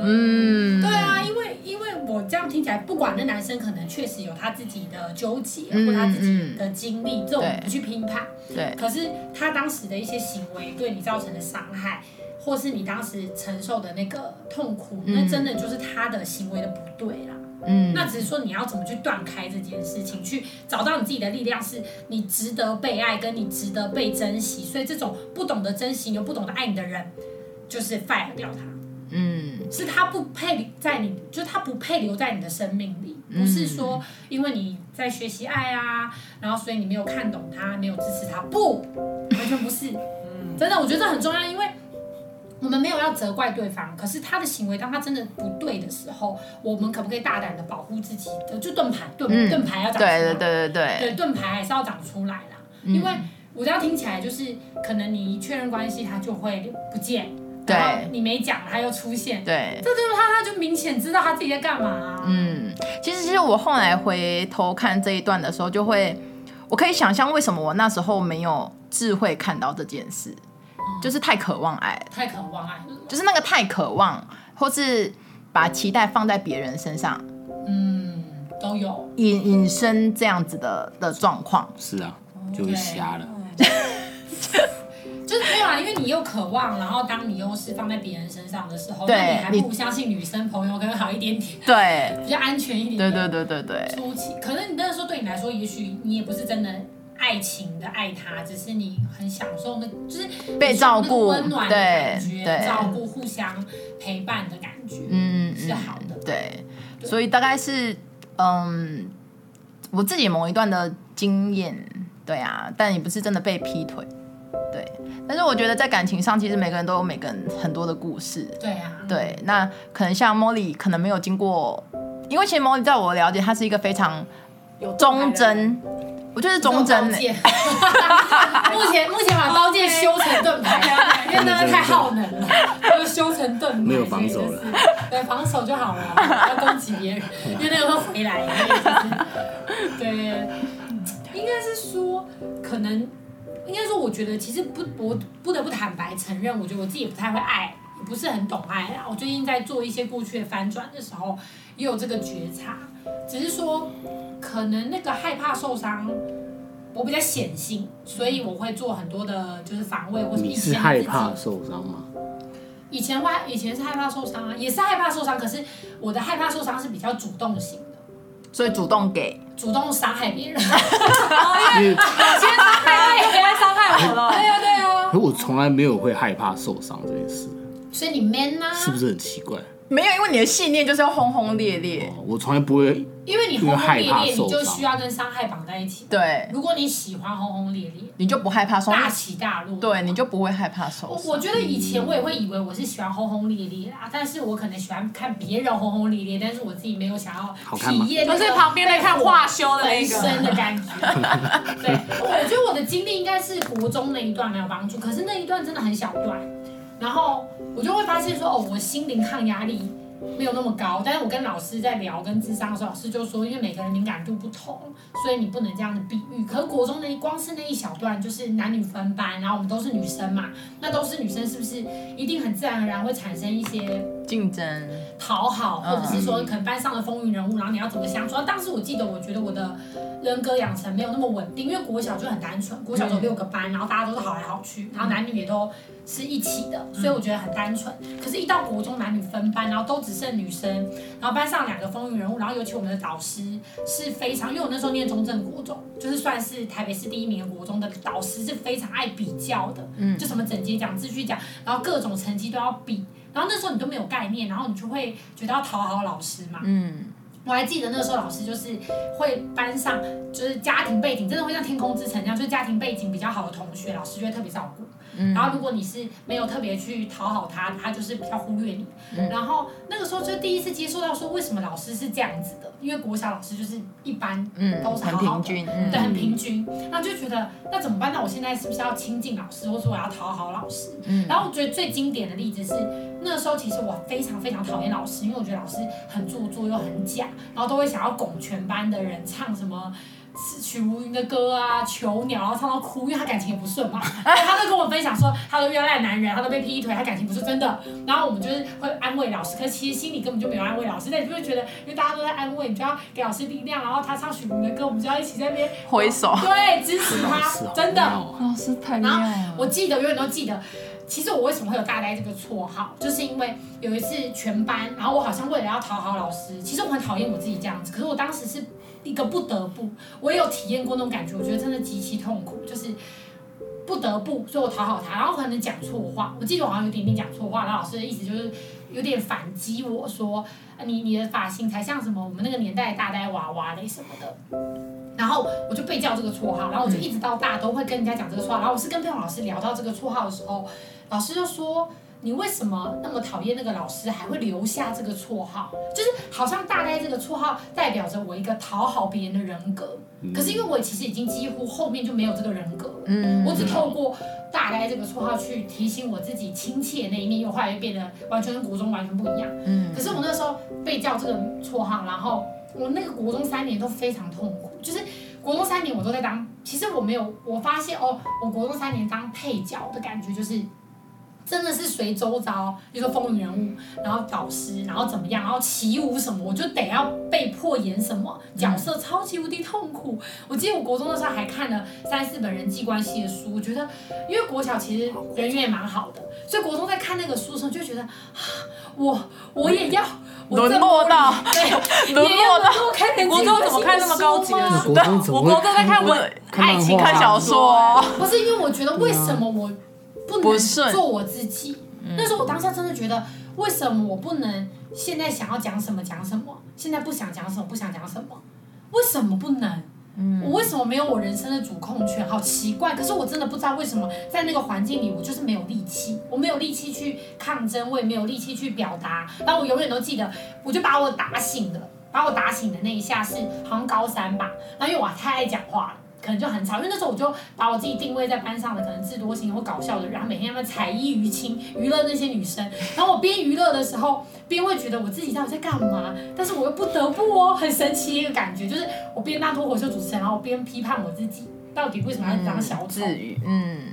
Speaker 3: 嗯，
Speaker 1: 对啊，因为因为我这样听起来，不管那男生可能确实有他自己的纠结，
Speaker 3: 嗯
Speaker 1: 或他自己的经历，这种
Speaker 3: 对
Speaker 1: 不去评判。
Speaker 3: 对，
Speaker 1: 可是他当时的一些行为对你造成的伤害，或是你当时承受的那个痛苦，
Speaker 3: 嗯
Speaker 1: 那真的就是他的行为的不对啦。
Speaker 3: 嗯，
Speaker 1: 那只是说你要怎么去断开这件事情，去找到你自己的力量，是你值得被爱，跟你值得被珍惜。所以这种不懂得珍惜又不懂得爱你的人，就是 fire 掉他，
Speaker 3: 嗯，
Speaker 1: 是他不配在你，就是他不配留在你的生命里，不是说
Speaker 3: 嗯
Speaker 1: 因为你在学习爱啊，然后所以你没有看懂他，没有支持他，不，完全不是。
Speaker 3: 嗯
Speaker 1: 真的，我觉得这很重要，因为我们没有要责怪对方，可是他的行为，当他真的不对的时候，我们可不可以大胆的保护自己？就就盾牌，盾、
Speaker 3: 嗯
Speaker 1: 盾牌要长出来，
Speaker 3: 对对嗯对对对，
Speaker 1: 对盾牌还是要长出来啦。因为我这样听起来就是，可能你一确认关系，他就会不见，
Speaker 3: 对
Speaker 1: 然后你没讲，他又出现，
Speaker 3: 对。
Speaker 1: 这就是他，他就明显知道他自己在干嘛、啊
Speaker 3: 嗯，其实是我后来回头看这一段的时候，就会，我可以想象为什么我那时候没有智慧看到这件事，就是太渴望爱了，
Speaker 1: 太渴望爱了。
Speaker 3: 就是那个太渴望，或是把期待放在别人身上，
Speaker 1: 嗯，都有。
Speaker 3: 引引申这样子的的状况。
Speaker 5: 是啊，就会瞎了。
Speaker 1: 就是没有啊，因为你又渴望，然后当你又是放在别人身上的时候，
Speaker 3: 对
Speaker 1: 那你还
Speaker 3: 你
Speaker 1: 不如相信女生朋友可能好一点点，
Speaker 3: 对，
Speaker 1: 比较安全一点
Speaker 3: 对
Speaker 1: 点。
Speaker 3: 对对对对，
Speaker 1: 初期，可能你那时候对你来说，也许你也不是真的爱情的爱他，只是你很享受那，就是
Speaker 3: 被
Speaker 1: 你
Speaker 3: 照
Speaker 1: 享受那个
Speaker 3: 顾
Speaker 1: 温暖的感
Speaker 3: 对
Speaker 1: 觉，
Speaker 3: 对
Speaker 1: 照顾、互相陪伴的感觉，
Speaker 3: 嗯，
Speaker 1: 是好的。
Speaker 3: 对，所以大概是嗯，我自己某一段的经验，对啊，但也不是真的被劈腿，对。但是我觉得在感情上，其实每个人都有每个人很多的故事，
Speaker 1: 对啊，
Speaker 3: 对。那可能像 Molly 可能没有经过，因为其实 Molly 在我了解，她是一个非常
Speaker 2: 有
Speaker 3: 忠贞，我就是欸忠贞、
Speaker 1: 这种刀剑 目前目前把刀剑修成盾 牌，因为那个太耗能了，就修成盾牌，
Speaker 5: 没有防守
Speaker 1: 所
Speaker 5: 了
Speaker 1: 以就是，对，防守就 好了，不要攻击别人，因为那个会回来。所以就是对，应该是说可能。应应该说，我觉得其实不，我不得不坦白承认，我觉得我自己也不太会爱，也不是很懂爱啦。我最近在做一些过去的翻转的时候，也有这个觉察，只是说可能那个害怕受伤。我比较显性，所以我会做很多的，就是防卫或者
Speaker 5: 你是害怕受伤吗？
Speaker 1: 以前我以前是害怕受伤啊，也是害怕受伤，可是我的害怕受伤是比较主动型的，
Speaker 3: 所以主动给，
Speaker 1: 主动伤害别人。
Speaker 5: 因为
Speaker 2: 今天伤害就不会伤害我了。
Speaker 1: 对啊，对啊。
Speaker 5: 可我从来没有会害怕受伤这件事，
Speaker 1: 所以你 man 啊呐、
Speaker 5: 是不是很奇怪？
Speaker 3: 没有，因为你的信念就是要轰轰烈烈，
Speaker 5: 哦，我从来不会，
Speaker 1: 因为你轰轰烈
Speaker 5: 因为害
Speaker 1: 烈，
Speaker 5: 怕受
Speaker 1: 你
Speaker 5: 伤
Speaker 1: 就需要跟伤害绑在一起。
Speaker 3: 对，
Speaker 1: 如果你喜欢轰轰烈烈、
Speaker 3: 你就不害怕受
Speaker 1: 大起大落，
Speaker 3: 对，你就不会害怕受
Speaker 1: 我
Speaker 3: 伤。
Speaker 1: 我觉得以前我也会以为我是喜欢轰轰烈烈啊，但是我可能喜欢看别人轰轰烈烈，但是我自己没有想要
Speaker 5: 好看吗
Speaker 1: 体验那
Speaker 2: 就
Speaker 1: 个
Speaker 2: 是旁边在看画修的那
Speaker 1: 人
Speaker 2: 个，
Speaker 1: 生的感 觉。对，我觉得我的经历应该是国中那一段没有帮助，可是那一段真的很小段，然后我就会发现说，哦，我心灵抗压力没有那么高。但是我跟老师在聊跟智商的时候，老师就说，因为每个人敏感度不同，所以你不能这样子比喻。可是国中那一光是那一小段，就是男女分班，然后我们都是女生嘛，那都是女生，是不是一定很自然而然会产生一些
Speaker 3: 竞争，
Speaker 1: 讨好，或者是说可能班上的风云人物，然后你要怎么相处？当时我记得，我觉得我的人格养成没有那么稳定，因为国小就很单纯，国小只有六个班，然后大家都是好来好去，然后男女也都是一起的，所以我觉得很单纯。可是，一到国中男女分班，然后都只剩女生，然后班上两个风云人物，然后尤其我们的导师是非常，因为我那时候念中正国中，就是算是台北市第一名的国中的导师是非常爱比较的，嗯，就什么整洁奖、秩序奖，然后各种成绩都要比，然后那时候你都没有概念，然后你就会觉得要讨好老师嘛，
Speaker 3: 嗯，
Speaker 1: 我还记得那时候老师就是会班上就是家庭背景真的会像天空之城一样，就是家庭背景比较好的同学，老师就会特别照顾。然后如果你是没有特别去讨好他，他就是比较忽略你。然后那个时候就第一次接受到说为什么老师是这样子的，因为国小老师就是一般
Speaker 3: 嗯
Speaker 1: 都是
Speaker 3: 很
Speaker 1: 好好的
Speaker 3: 平均嗯
Speaker 1: 对，很平均。那就觉得那怎么办？那我现在是不是要亲近老师，或者我要讨好老师？然后我觉得最经典的例子是那时候，其实我非常非常讨厌老师，因为我觉得老师很做作又很假，然后都会想要拱全班的人唱什么。曲如云的歌啊，囚鸟，然后唱到哭，因为他感情也不顺 嘛。然后他就跟我分享说，他都遇到烂男人，他都被劈腿，他感情不是真的。然后我们就是会安慰老师，可是其实心里根本就没有安慰老师，但你就会觉得，因为大家都在安慰，你就要给老师力量。然后他唱曲如云的歌，我们就要一起在那边
Speaker 3: 挥手
Speaker 1: 对，支持
Speaker 5: 老师
Speaker 1: 他，
Speaker 5: 好
Speaker 1: 真的。
Speaker 5: 妙啊
Speaker 3: 老师太
Speaker 1: 然后我记得，永远都记得。其实我为什么会有大呆这个绰号，就是因为有一次全班，然后我好像为了要讨好老师，其实我很讨厌我自己这样子，可是我当时是一个不得不，我也有体验过那种感觉，我觉得真的极其痛苦，就是不得不，所以我讨好他，然后可能讲错话，我记得我好像有点点讲错话，然后老师的意思就是有点反击我说，呃你你的发型才像什么我们那个年代的大呆娃娃类什么的。然后我就被叫这个绰号，然后我就一直到大都会跟人家讲这个绰号。然后我是跟佩蓉老师聊到这个绰号的时候，老师就说：“你为什么那么讨厌那个老师，还会留下这个绰号？就是好像大概这个绰号代表着我一个讨好别人的人格。可是因为我其实已经几乎后面就没有这个人格了，
Speaker 3: 嗯
Speaker 1: 我只透过大概这个绰号去提醒我自己亲切那一面，因为我后来就变得完全跟国中完全不一样。
Speaker 3: 嗯
Speaker 1: 可是我那时候被叫这个绰号，然后我那个国中三年都非常痛苦，就是国中三年我都在当，其实我没有，我发现哦，我国中三年当配角的感觉就是。真的是随周遭，比如说风云人
Speaker 2: 嗯
Speaker 1: 物，然后导师，然后怎么样，然后起舞什么，我就得要被迫演什么
Speaker 2: 嗯
Speaker 1: 角色，超级无敌痛苦。我记得我国中的时候还看了三四本人际关系的书，我觉得因为国小其实人缘也蛮好的，所以国中在看那个书的时候就觉得啊，我我也要我
Speaker 3: 沦
Speaker 1: 这么
Speaker 3: 落到
Speaker 1: 对，
Speaker 3: 沦
Speaker 1: 也要
Speaker 3: 落到
Speaker 1: 沦落看人际
Speaker 2: 国中
Speaker 1: 关
Speaker 2: 怎么
Speaker 1: 系
Speaker 2: 看
Speaker 1: 的
Speaker 2: 那么
Speaker 1: 书
Speaker 2: 高级的
Speaker 1: 吗
Speaker 5: 我国中怎么
Speaker 2: 我
Speaker 5: 会
Speaker 2: 国中在看
Speaker 5: 看
Speaker 2: 我
Speaker 5: 看漫
Speaker 2: 爱情
Speaker 5: 画
Speaker 2: 看
Speaker 5: 啊
Speaker 2: 小说，
Speaker 1: 不是因为我觉得为什么我不
Speaker 3: 不
Speaker 1: 能
Speaker 3: 顺嗯
Speaker 1: 做我自己？那时候我当下真的觉得，为什么我不能现在想要讲什么讲什么，现在不想讲什么不想讲什么？为什么不能？
Speaker 3: 嗯
Speaker 1: 我为什么没有我人生的主控权？好奇怪！可是我真的不知道为什么在那个环境里，我就是没有力气，我没有力气去抗争，我也没有力气去表达。然后我永远都记得，我就把我打醒了，把我打醒的那一下是好像高三吧，然后因为我太爱讲话了。可能就很吵，因为那时候我就把我自己定位在班上的可能智多星或搞笑的人，然后每天他们才艺于亲娱乐那些女生，然后我边娱乐的时候，边会觉得我自己到底在干嘛，但是我又不得不哦，很神奇的一个感觉，就是我边当脱口秀主持人，然后我边批判我自己，到底为什么要当小丑？
Speaker 4: 至于，嗯，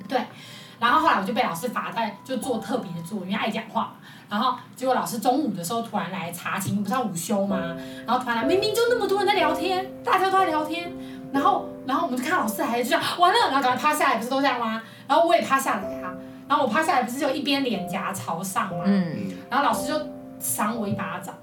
Speaker 1: 然后后来我就被老师罚在就做特别的作业，因为爱讲话嘛。然后结果老师中午的时候突然来查寝，不是要午休吗？然后突然来，明明就那么多人在聊天，大家都在聊天，然后然后我们就看老师还就这样完了，然后赶快趴下来，不是都这样吗？然后我也趴下来啊，然后我趴下来不是就一边脸颊朝上吗？
Speaker 4: 嗯，
Speaker 1: 然后老师就赏我一巴掌，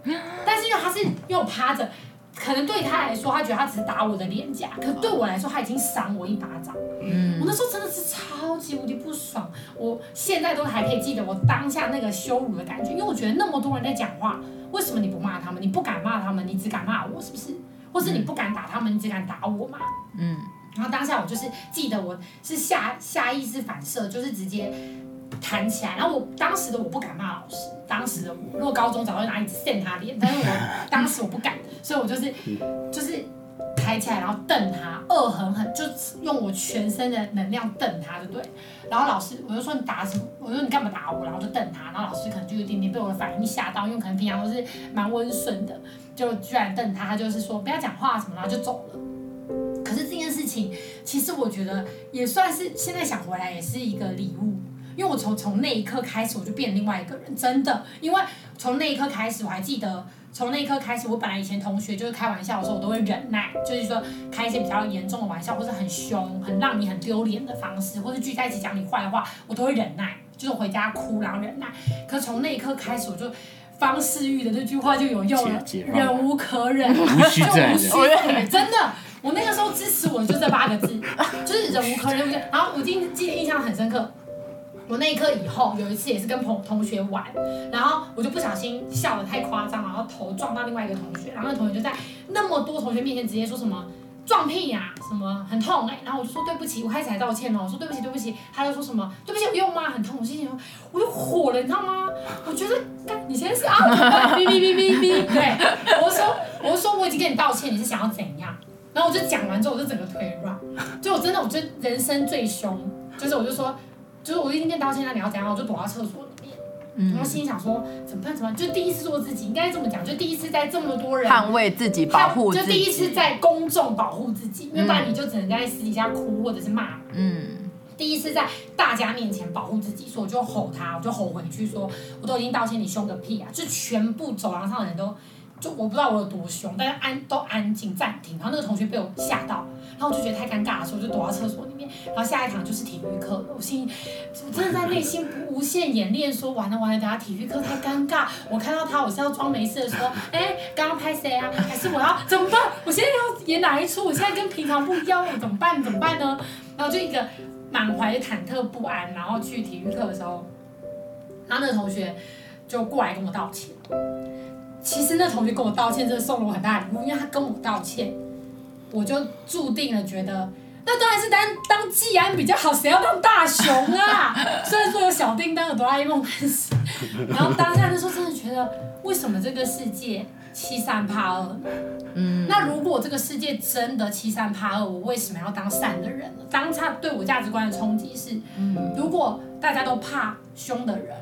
Speaker 1: 但是因为他是又趴着，可能对他来说，他觉得他只是打我的脸颊，可对我来说，他已经赏我一巴掌。嗯，我那时候真的是超级无敌不爽，我现在都还可以记得我当下那个羞辱的感觉，因为我觉得那么多人在讲话，为什么你不骂他们？你不敢骂他们，你只敢骂我，是不是？或是你不敢打他们，你只敢打我嘛？
Speaker 4: 嗯，
Speaker 1: 然后当下我就是记得我是下下意识反射，就是直接弹起来。然后我当时的我不敢骂老师，当时的我，如果高中早就拿椅子扇他脸，但是我当时我不敢，所以我就是就是抬起来，然后瞪他，恶狠狠，就是用我全身的能量瞪他，对不对？然后老师我就说你打什么？我说你干嘛打我？然后就瞪他，然后老师可能就有点点被我的反应吓到，因为可能平常都是蛮温顺的，就居然瞪他，他就是说不要讲话什么，然后就走了。可是这件事情，其实我觉得也算是现在想回来也是一个礼物，因为我从从那一刻开始我就变另外一个人，真的，因为从那一刻开始我还记得。从那一刻开始，我本来以前同学就是开玩笑的时候，我都会忍耐，就是说开一些比较严重的玩笑，或是很凶、很让你很丢脸的方式，或是聚在一起讲你坏话，我都会忍耐，就是回家哭然后忍耐。可从那一刻开始，我就方世玉的这句话就有用了，
Speaker 5: 解解放了
Speaker 1: 忍无可忍，就
Speaker 5: 无需再忍
Speaker 1: 无需再忍，真的。我那个时候支持我就这八个字，就是忍无可忍。我就然后我记记得印象很深刻，我那一刻以后有一次也是跟朋同学玩，然后我就不小心笑得太夸张，然后头撞到另外一个同学，然后那同学就在那么多同学面前直接说什么。撞屁呀、什么很痛哎、然后我就说对不起，我开始还道歉哦，我说对不起对不起，他就说什么对不起有用吗？很痛，我心里想说我就火了，你知道吗？我觉得干你现在是啊，哔哔哔哔哔，对，我就说我就说我已经跟你道歉，你是想要怎样？然后我就讲完之后，我就整个腿软，就我真的，我就人生最凶，就是我就说，就是我一天天道歉，那你要怎样？我就躲到厕所里面，
Speaker 3: 嗯
Speaker 1: 然后心里想说怎么办怎么办？就第一次做自己，应该这么讲，就第一次在这么多人
Speaker 3: 捍卫自己，保护自
Speaker 1: 就
Speaker 3: 己，
Speaker 1: 第一次在公众保护自己，因为不然你就只能在私底下哭或者是骂嘛。
Speaker 4: 嗯，
Speaker 1: 第一次在大家面前保护自己，所以我就吼他，我就吼回去说，我都已经道歉，你凶个屁啊！就全部走廊上的人都，就我不知道我有多凶，但是安都安静暂停。然后那个同学被我吓到，然后我就觉得太尴尬了，所以我就躲到厕所里面。然后下一堂就是体育课了，我心里我真的在内心不无限演练说，完了完了，等下体育课太尴尬，我看到他我是要装没事的说，哎、刚刚拍谁啊？还是我要怎么办？我现在要演哪一出？我现在跟平常不一样，我怎么办？怎么办呢？然后就一个满怀忐忑不安，然后去体育课的时候，然后那个同学就过来跟我道歉。其实那同学跟我道歉，真的送了我很大的礼物，因为他跟我道歉，我就注定了觉得，那当然是当当季安比较好，谁要当大雄啊？ 虽然说有小叮当、有哆啦 A 梦，但是，然后当下那时候真的觉得，为什么这个世界欺善怕恶？那如果这个世界真的欺善怕恶，我为什么要当善的人呢？当他对我价值观的冲击是，如果大家都怕凶的人，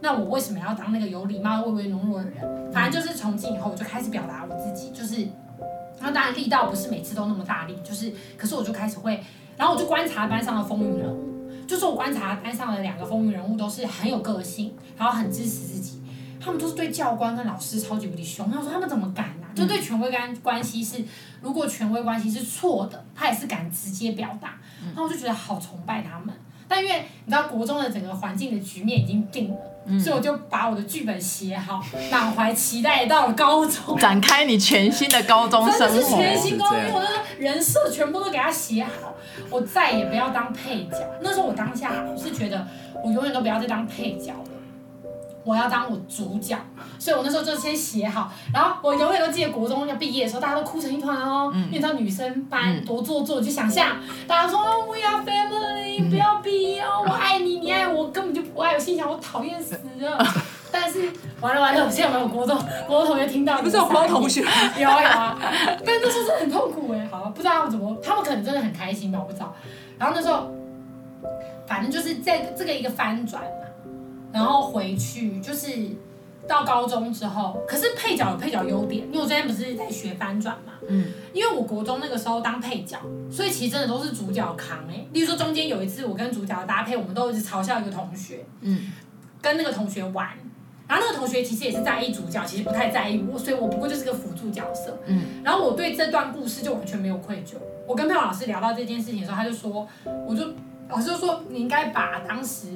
Speaker 1: 那我为什么要当那个有礼貌、畏畏懦弱的人？反正就是从今以后，我就开始表达我自己，就是，然后当然力道不是每次都那么大力，就是，可是我就开始会，然后我就观察班上的风云人物，就是我观察班上的两个风云人物都是很有个性，然后很支持自己。他们都是对教官跟老师超级无敌凶，他说他们怎么敢啊？就对权威关关系是，如果权威关系是错的，他也是敢直接表达。然后我就觉得好崇拜他们，但因为你知道国中的整个环境的局面已经定了，所以我就把我的剧本写好，满怀期待地到了高中。
Speaker 3: 展开你全新的高中
Speaker 1: 真
Speaker 3: 生
Speaker 1: 的是
Speaker 3: 活。
Speaker 1: 全新高因为我那个人设全部都给他写好，我再也不要当配角。那时候我当下我是觉得，我永远都不要再当配角了。我要当我主角，所以我那时候就先写好，然后我永远都记得国中要毕业的时候，大家都哭成一团哦，因为你知道女生班多做作，你就想象大家说哦 we are family，不要毕业哦，我爱你，你爱我，根本就不爱我，心想我讨厌死了。但是完了完了，我现在有没有国中国中同学听到？
Speaker 2: 不是有光同学，
Speaker 1: 有啊有啊，但那时候真的很痛苦哎、好，不知道他们怎么，他们可能真的很开心吧，我不知道。然后那时候，反正就是在这个一个翻转嘛，然后回去就是到高中之后，可是配角有配角优点，因为我之前不是在学翻转嘛，
Speaker 3: 嗯，
Speaker 1: 因为我国中那个时候当配角，所以其实真的都是主角扛哎、例如说中间有一次我跟主角的搭配，我们都一直嘲笑一个同学，
Speaker 3: 嗯，
Speaker 1: 跟那个同学玩。然后那个同学其实也是在意主角，其实不太在意我，所以我不过就是个辅助角色。
Speaker 3: 嗯，
Speaker 1: 然后我对这段故事就完全没有愧疚。我跟佩蓉老师聊到这件事情的时候，他就说，我就老师就说你应该把当时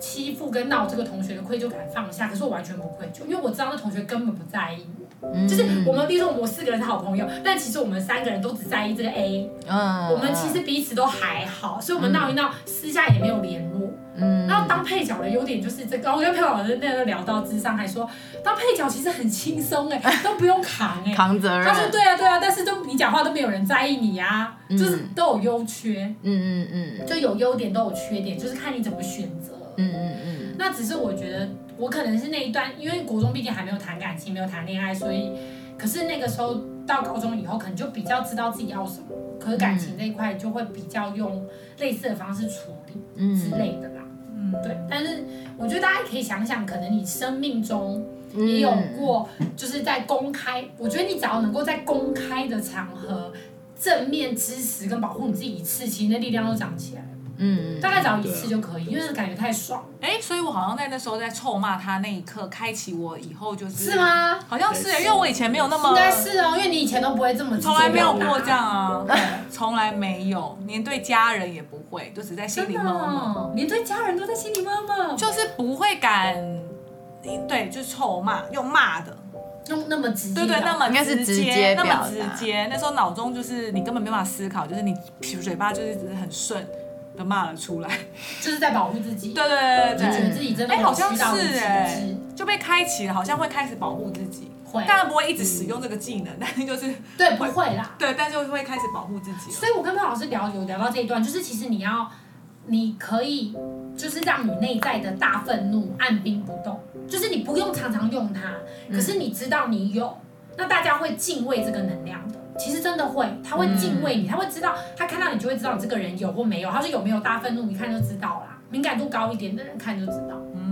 Speaker 1: 欺负跟闹这个同学的愧疚感放下。可是我完全不愧疚，因为我知道那同学根本不在意我。就是我们，比如说我们四个人是好朋友，但其实我们三个人都只在意这个 A，
Speaker 3: 嗯，
Speaker 1: 我们其实彼此都还好，所以我们闹一闹，私下也没有联络。
Speaker 3: 嗯，
Speaker 1: 然后当配角的优点就是这个，我跟佩老师那时候聊到智商，还说当配角其实很轻松哎、都不用扛哎、
Speaker 3: 嗯扛责任，
Speaker 1: 他说对啊对啊，但是都你讲话都没有人在意你啊，
Speaker 3: 嗯
Speaker 1: 就是都有优缺，
Speaker 3: 嗯嗯嗯
Speaker 1: 就有优点都有缺点，就是看你怎么选择。
Speaker 3: 嗯嗯
Speaker 1: 那只是我觉得我可能是那一段，因为国中毕竟还没有谈感情，没有谈恋爱，所以可是那个时候到高中以后，可能就比较知道自己要什么，可是感
Speaker 3: 嗯
Speaker 1: 情这一块就会比较用类似的方式处理
Speaker 3: 嗯
Speaker 1: 之类的啦。
Speaker 2: 嗯，
Speaker 1: 对，但是我觉得大家也可以想想，可能你生命中
Speaker 3: 嗯，
Speaker 1: 也有过，就是在公开，我觉得你只要能够在公开的场合正面支持跟保护你自己一次，其实那力量都长起来了。
Speaker 3: 嗯，嗯
Speaker 1: 大概只要一次就可以，因为感觉太爽，
Speaker 2: 哎，所以我好像在那时候在臭骂他那一刻，开启我以后就
Speaker 3: 啊
Speaker 2: 是
Speaker 1: 是？吗？
Speaker 2: 好像是，因为我以前没有那么
Speaker 1: 应该是哦，因为你以前都不会这么直接
Speaker 2: 从来没有
Speaker 1: 表达
Speaker 2: 过这，样啊，对从来没有，连对家人也不会，就只在心
Speaker 1: 真
Speaker 2: 里
Speaker 1: 的
Speaker 2: 默默，
Speaker 1: 哦，连对家人都在心里默默，
Speaker 2: 就是不会敢，对，就是臭骂，用骂的，
Speaker 1: 那么那么直接，
Speaker 2: 对对，那么
Speaker 3: 应该是
Speaker 2: 直
Speaker 3: 直接
Speaker 2: 那
Speaker 3: 表
Speaker 2: 么
Speaker 3: 达
Speaker 2: 直接。那时候脑中就是你根本没办法思考，就是你嘴巴就是只是很顺的骂了出来。
Speaker 1: 就是在保护自己，
Speaker 2: 对对对
Speaker 1: 就
Speaker 2: 对
Speaker 1: 觉
Speaker 2: 对，
Speaker 1: 得自己真的
Speaker 2: 哎、好
Speaker 1: 委
Speaker 2: 像
Speaker 1: 屈到
Speaker 2: 是
Speaker 1: 极
Speaker 2: 哎、
Speaker 1: 致，
Speaker 2: 就被开启了，好像会开始保护自己。
Speaker 1: 会，
Speaker 2: 当然不会一直使用这个技能，但是就是
Speaker 1: 对不会啦，
Speaker 2: 对，但是会开始保护自己了。
Speaker 1: 所以我跟潘老师聊有聊到这一段，就是其实你要，你可以就是让你内在的大愤怒按兵不动，就是你不用常常用它，
Speaker 3: 嗯
Speaker 1: 可是你知道你有，那大家会敬畏这个能量的。其实真的会，他会敬畏你，他会知道，他看到你就会知道你这个人有或没有，他说有没有大愤怒，一看就知道啦。敏感度高一点的人看就知道。
Speaker 3: 嗯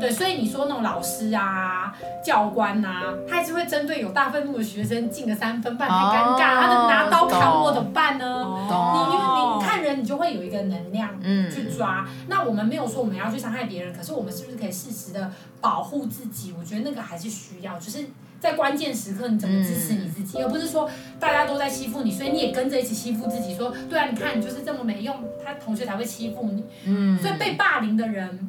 Speaker 1: 对，所以你说那种老师啊、教官啊，他还是会针对有大愤怒的学生进个三分半，太尴尬，
Speaker 3: 哦
Speaker 1: 他能拿刀砍我
Speaker 3: 懂
Speaker 1: 怎么办呢？你
Speaker 2: 哦
Speaker 1: 因为你看人，你就会有一个能量
Speaker 3: 哦嗯
Speaker 1: 去抓。那我们没有说我们要去伤害别人，可是我们是不是可以适时的保护自己？我觉得那个还是需要，就是在关键时刻你怎么支持你自
Speaker 3: 嗯
Speaker 1: 己，而不是说大家都在欺负你，所以你也跟着一起欺负自己。说对啊，你看你就是这么没用，他同学才会欺负你。
Speaker 3: 嗯
Speaker 1: 所以被霸凌的人，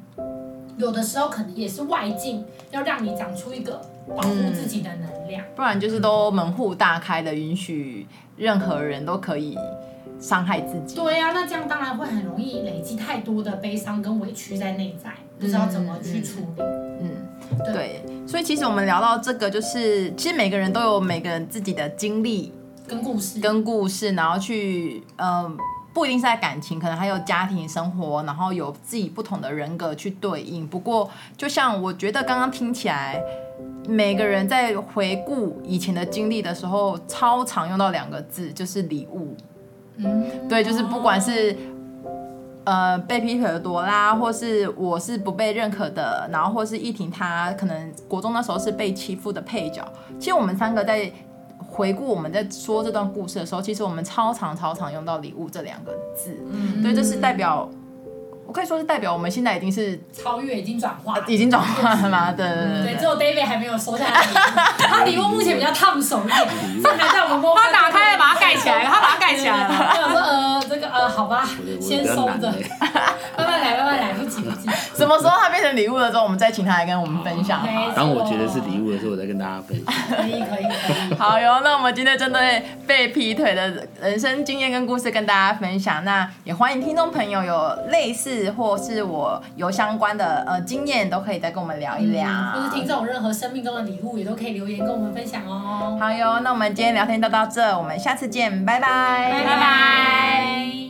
Speaker 1: 有的时候可能也是外境要让你长出一个保护自己的能量。
Speaker 3: 不然就是都门户大开的，允许任何人都可以伤害自己。
Speaker 1: 对啊呀、那这样当然会很容易累积太多的悲伤跟委屈在内在，不知道怎么去处理。
Speaker 3: 嗯，
Speaker 1: 对
Speaker 3: 对，所以其实我们聊到这个，就是其实每个人都有每个人自己的经历
Speaker 1: 跟故事，
Speaker 3: 跟故事，然后去呃，不一定是在感情，可能还有家庭生活，然后有自己不同的人格去对应。不过，就像我觉得刚刚听起来，每个人在回顾以前的经历的时候，超常用到两个字，就是礼物。
Speaker 1: 嗯，
Speaker 3: 对，就是不管是呃被劈腿的朵拉，或是我是不被认可的，然后或是依婷她可能国中那时候是被欺负的配角。其实我们三个在回顾我们在说这段故事的时候，其实我们超常超常用到礼物这两个字，
Speaker 2: 嗯
Speaker 3: 对，这是代表。我可以说是代表我们现在已经是
Speaker 1: 超越已经转化了。
Speaker 3: 已经转换了嘛？对对
Speaker 1: 对，
Speaker 3: 对
Speaker 1: 只有 David 还没有收下来礼物，他礼物目前比较烫手一点，这还在我们摸。
Speaker 2: 他打开了，把它盖起来了，哎他把它盖起来 了。
Speaker 1: 我想说呃，这个呃，好吧
Speaker 5: 我的，我的
Speaker 1: 先
Speaker 5: 比较
Speaker 1: 收
Speaker 5: 难
Speaker 1: 着，
Speaker 5: 欸
Speaker 1: 慢慢来，慢慢来，不急不急。
Speaker 3: 什么时候它变成礼物了之后，我们再请他来跟我们分享好了。
Speaker 1: 没错
Speaker 5: 当我觉得是礼，物的时候，我再跟大家分享。
Speaker 1: 可以可以可以。
Speaker 3: 好哟，那我们今天针对被劈腿的人生经验跟故事跟大家分享，那也欢迎听众朋友有类似或是我有相关的呃经验，都可以再跟我们聊一聊。
Speaker 1: 啊
Speaker 4: 嗯
Speaker 1: 或是听众有任何生命中的礼物，也都可以留言跟我们分享哦。
Speaker 3: 好哟，那我们今天聊天就到这，我们下次见，拜拜，
Speaker 1: 拜拜。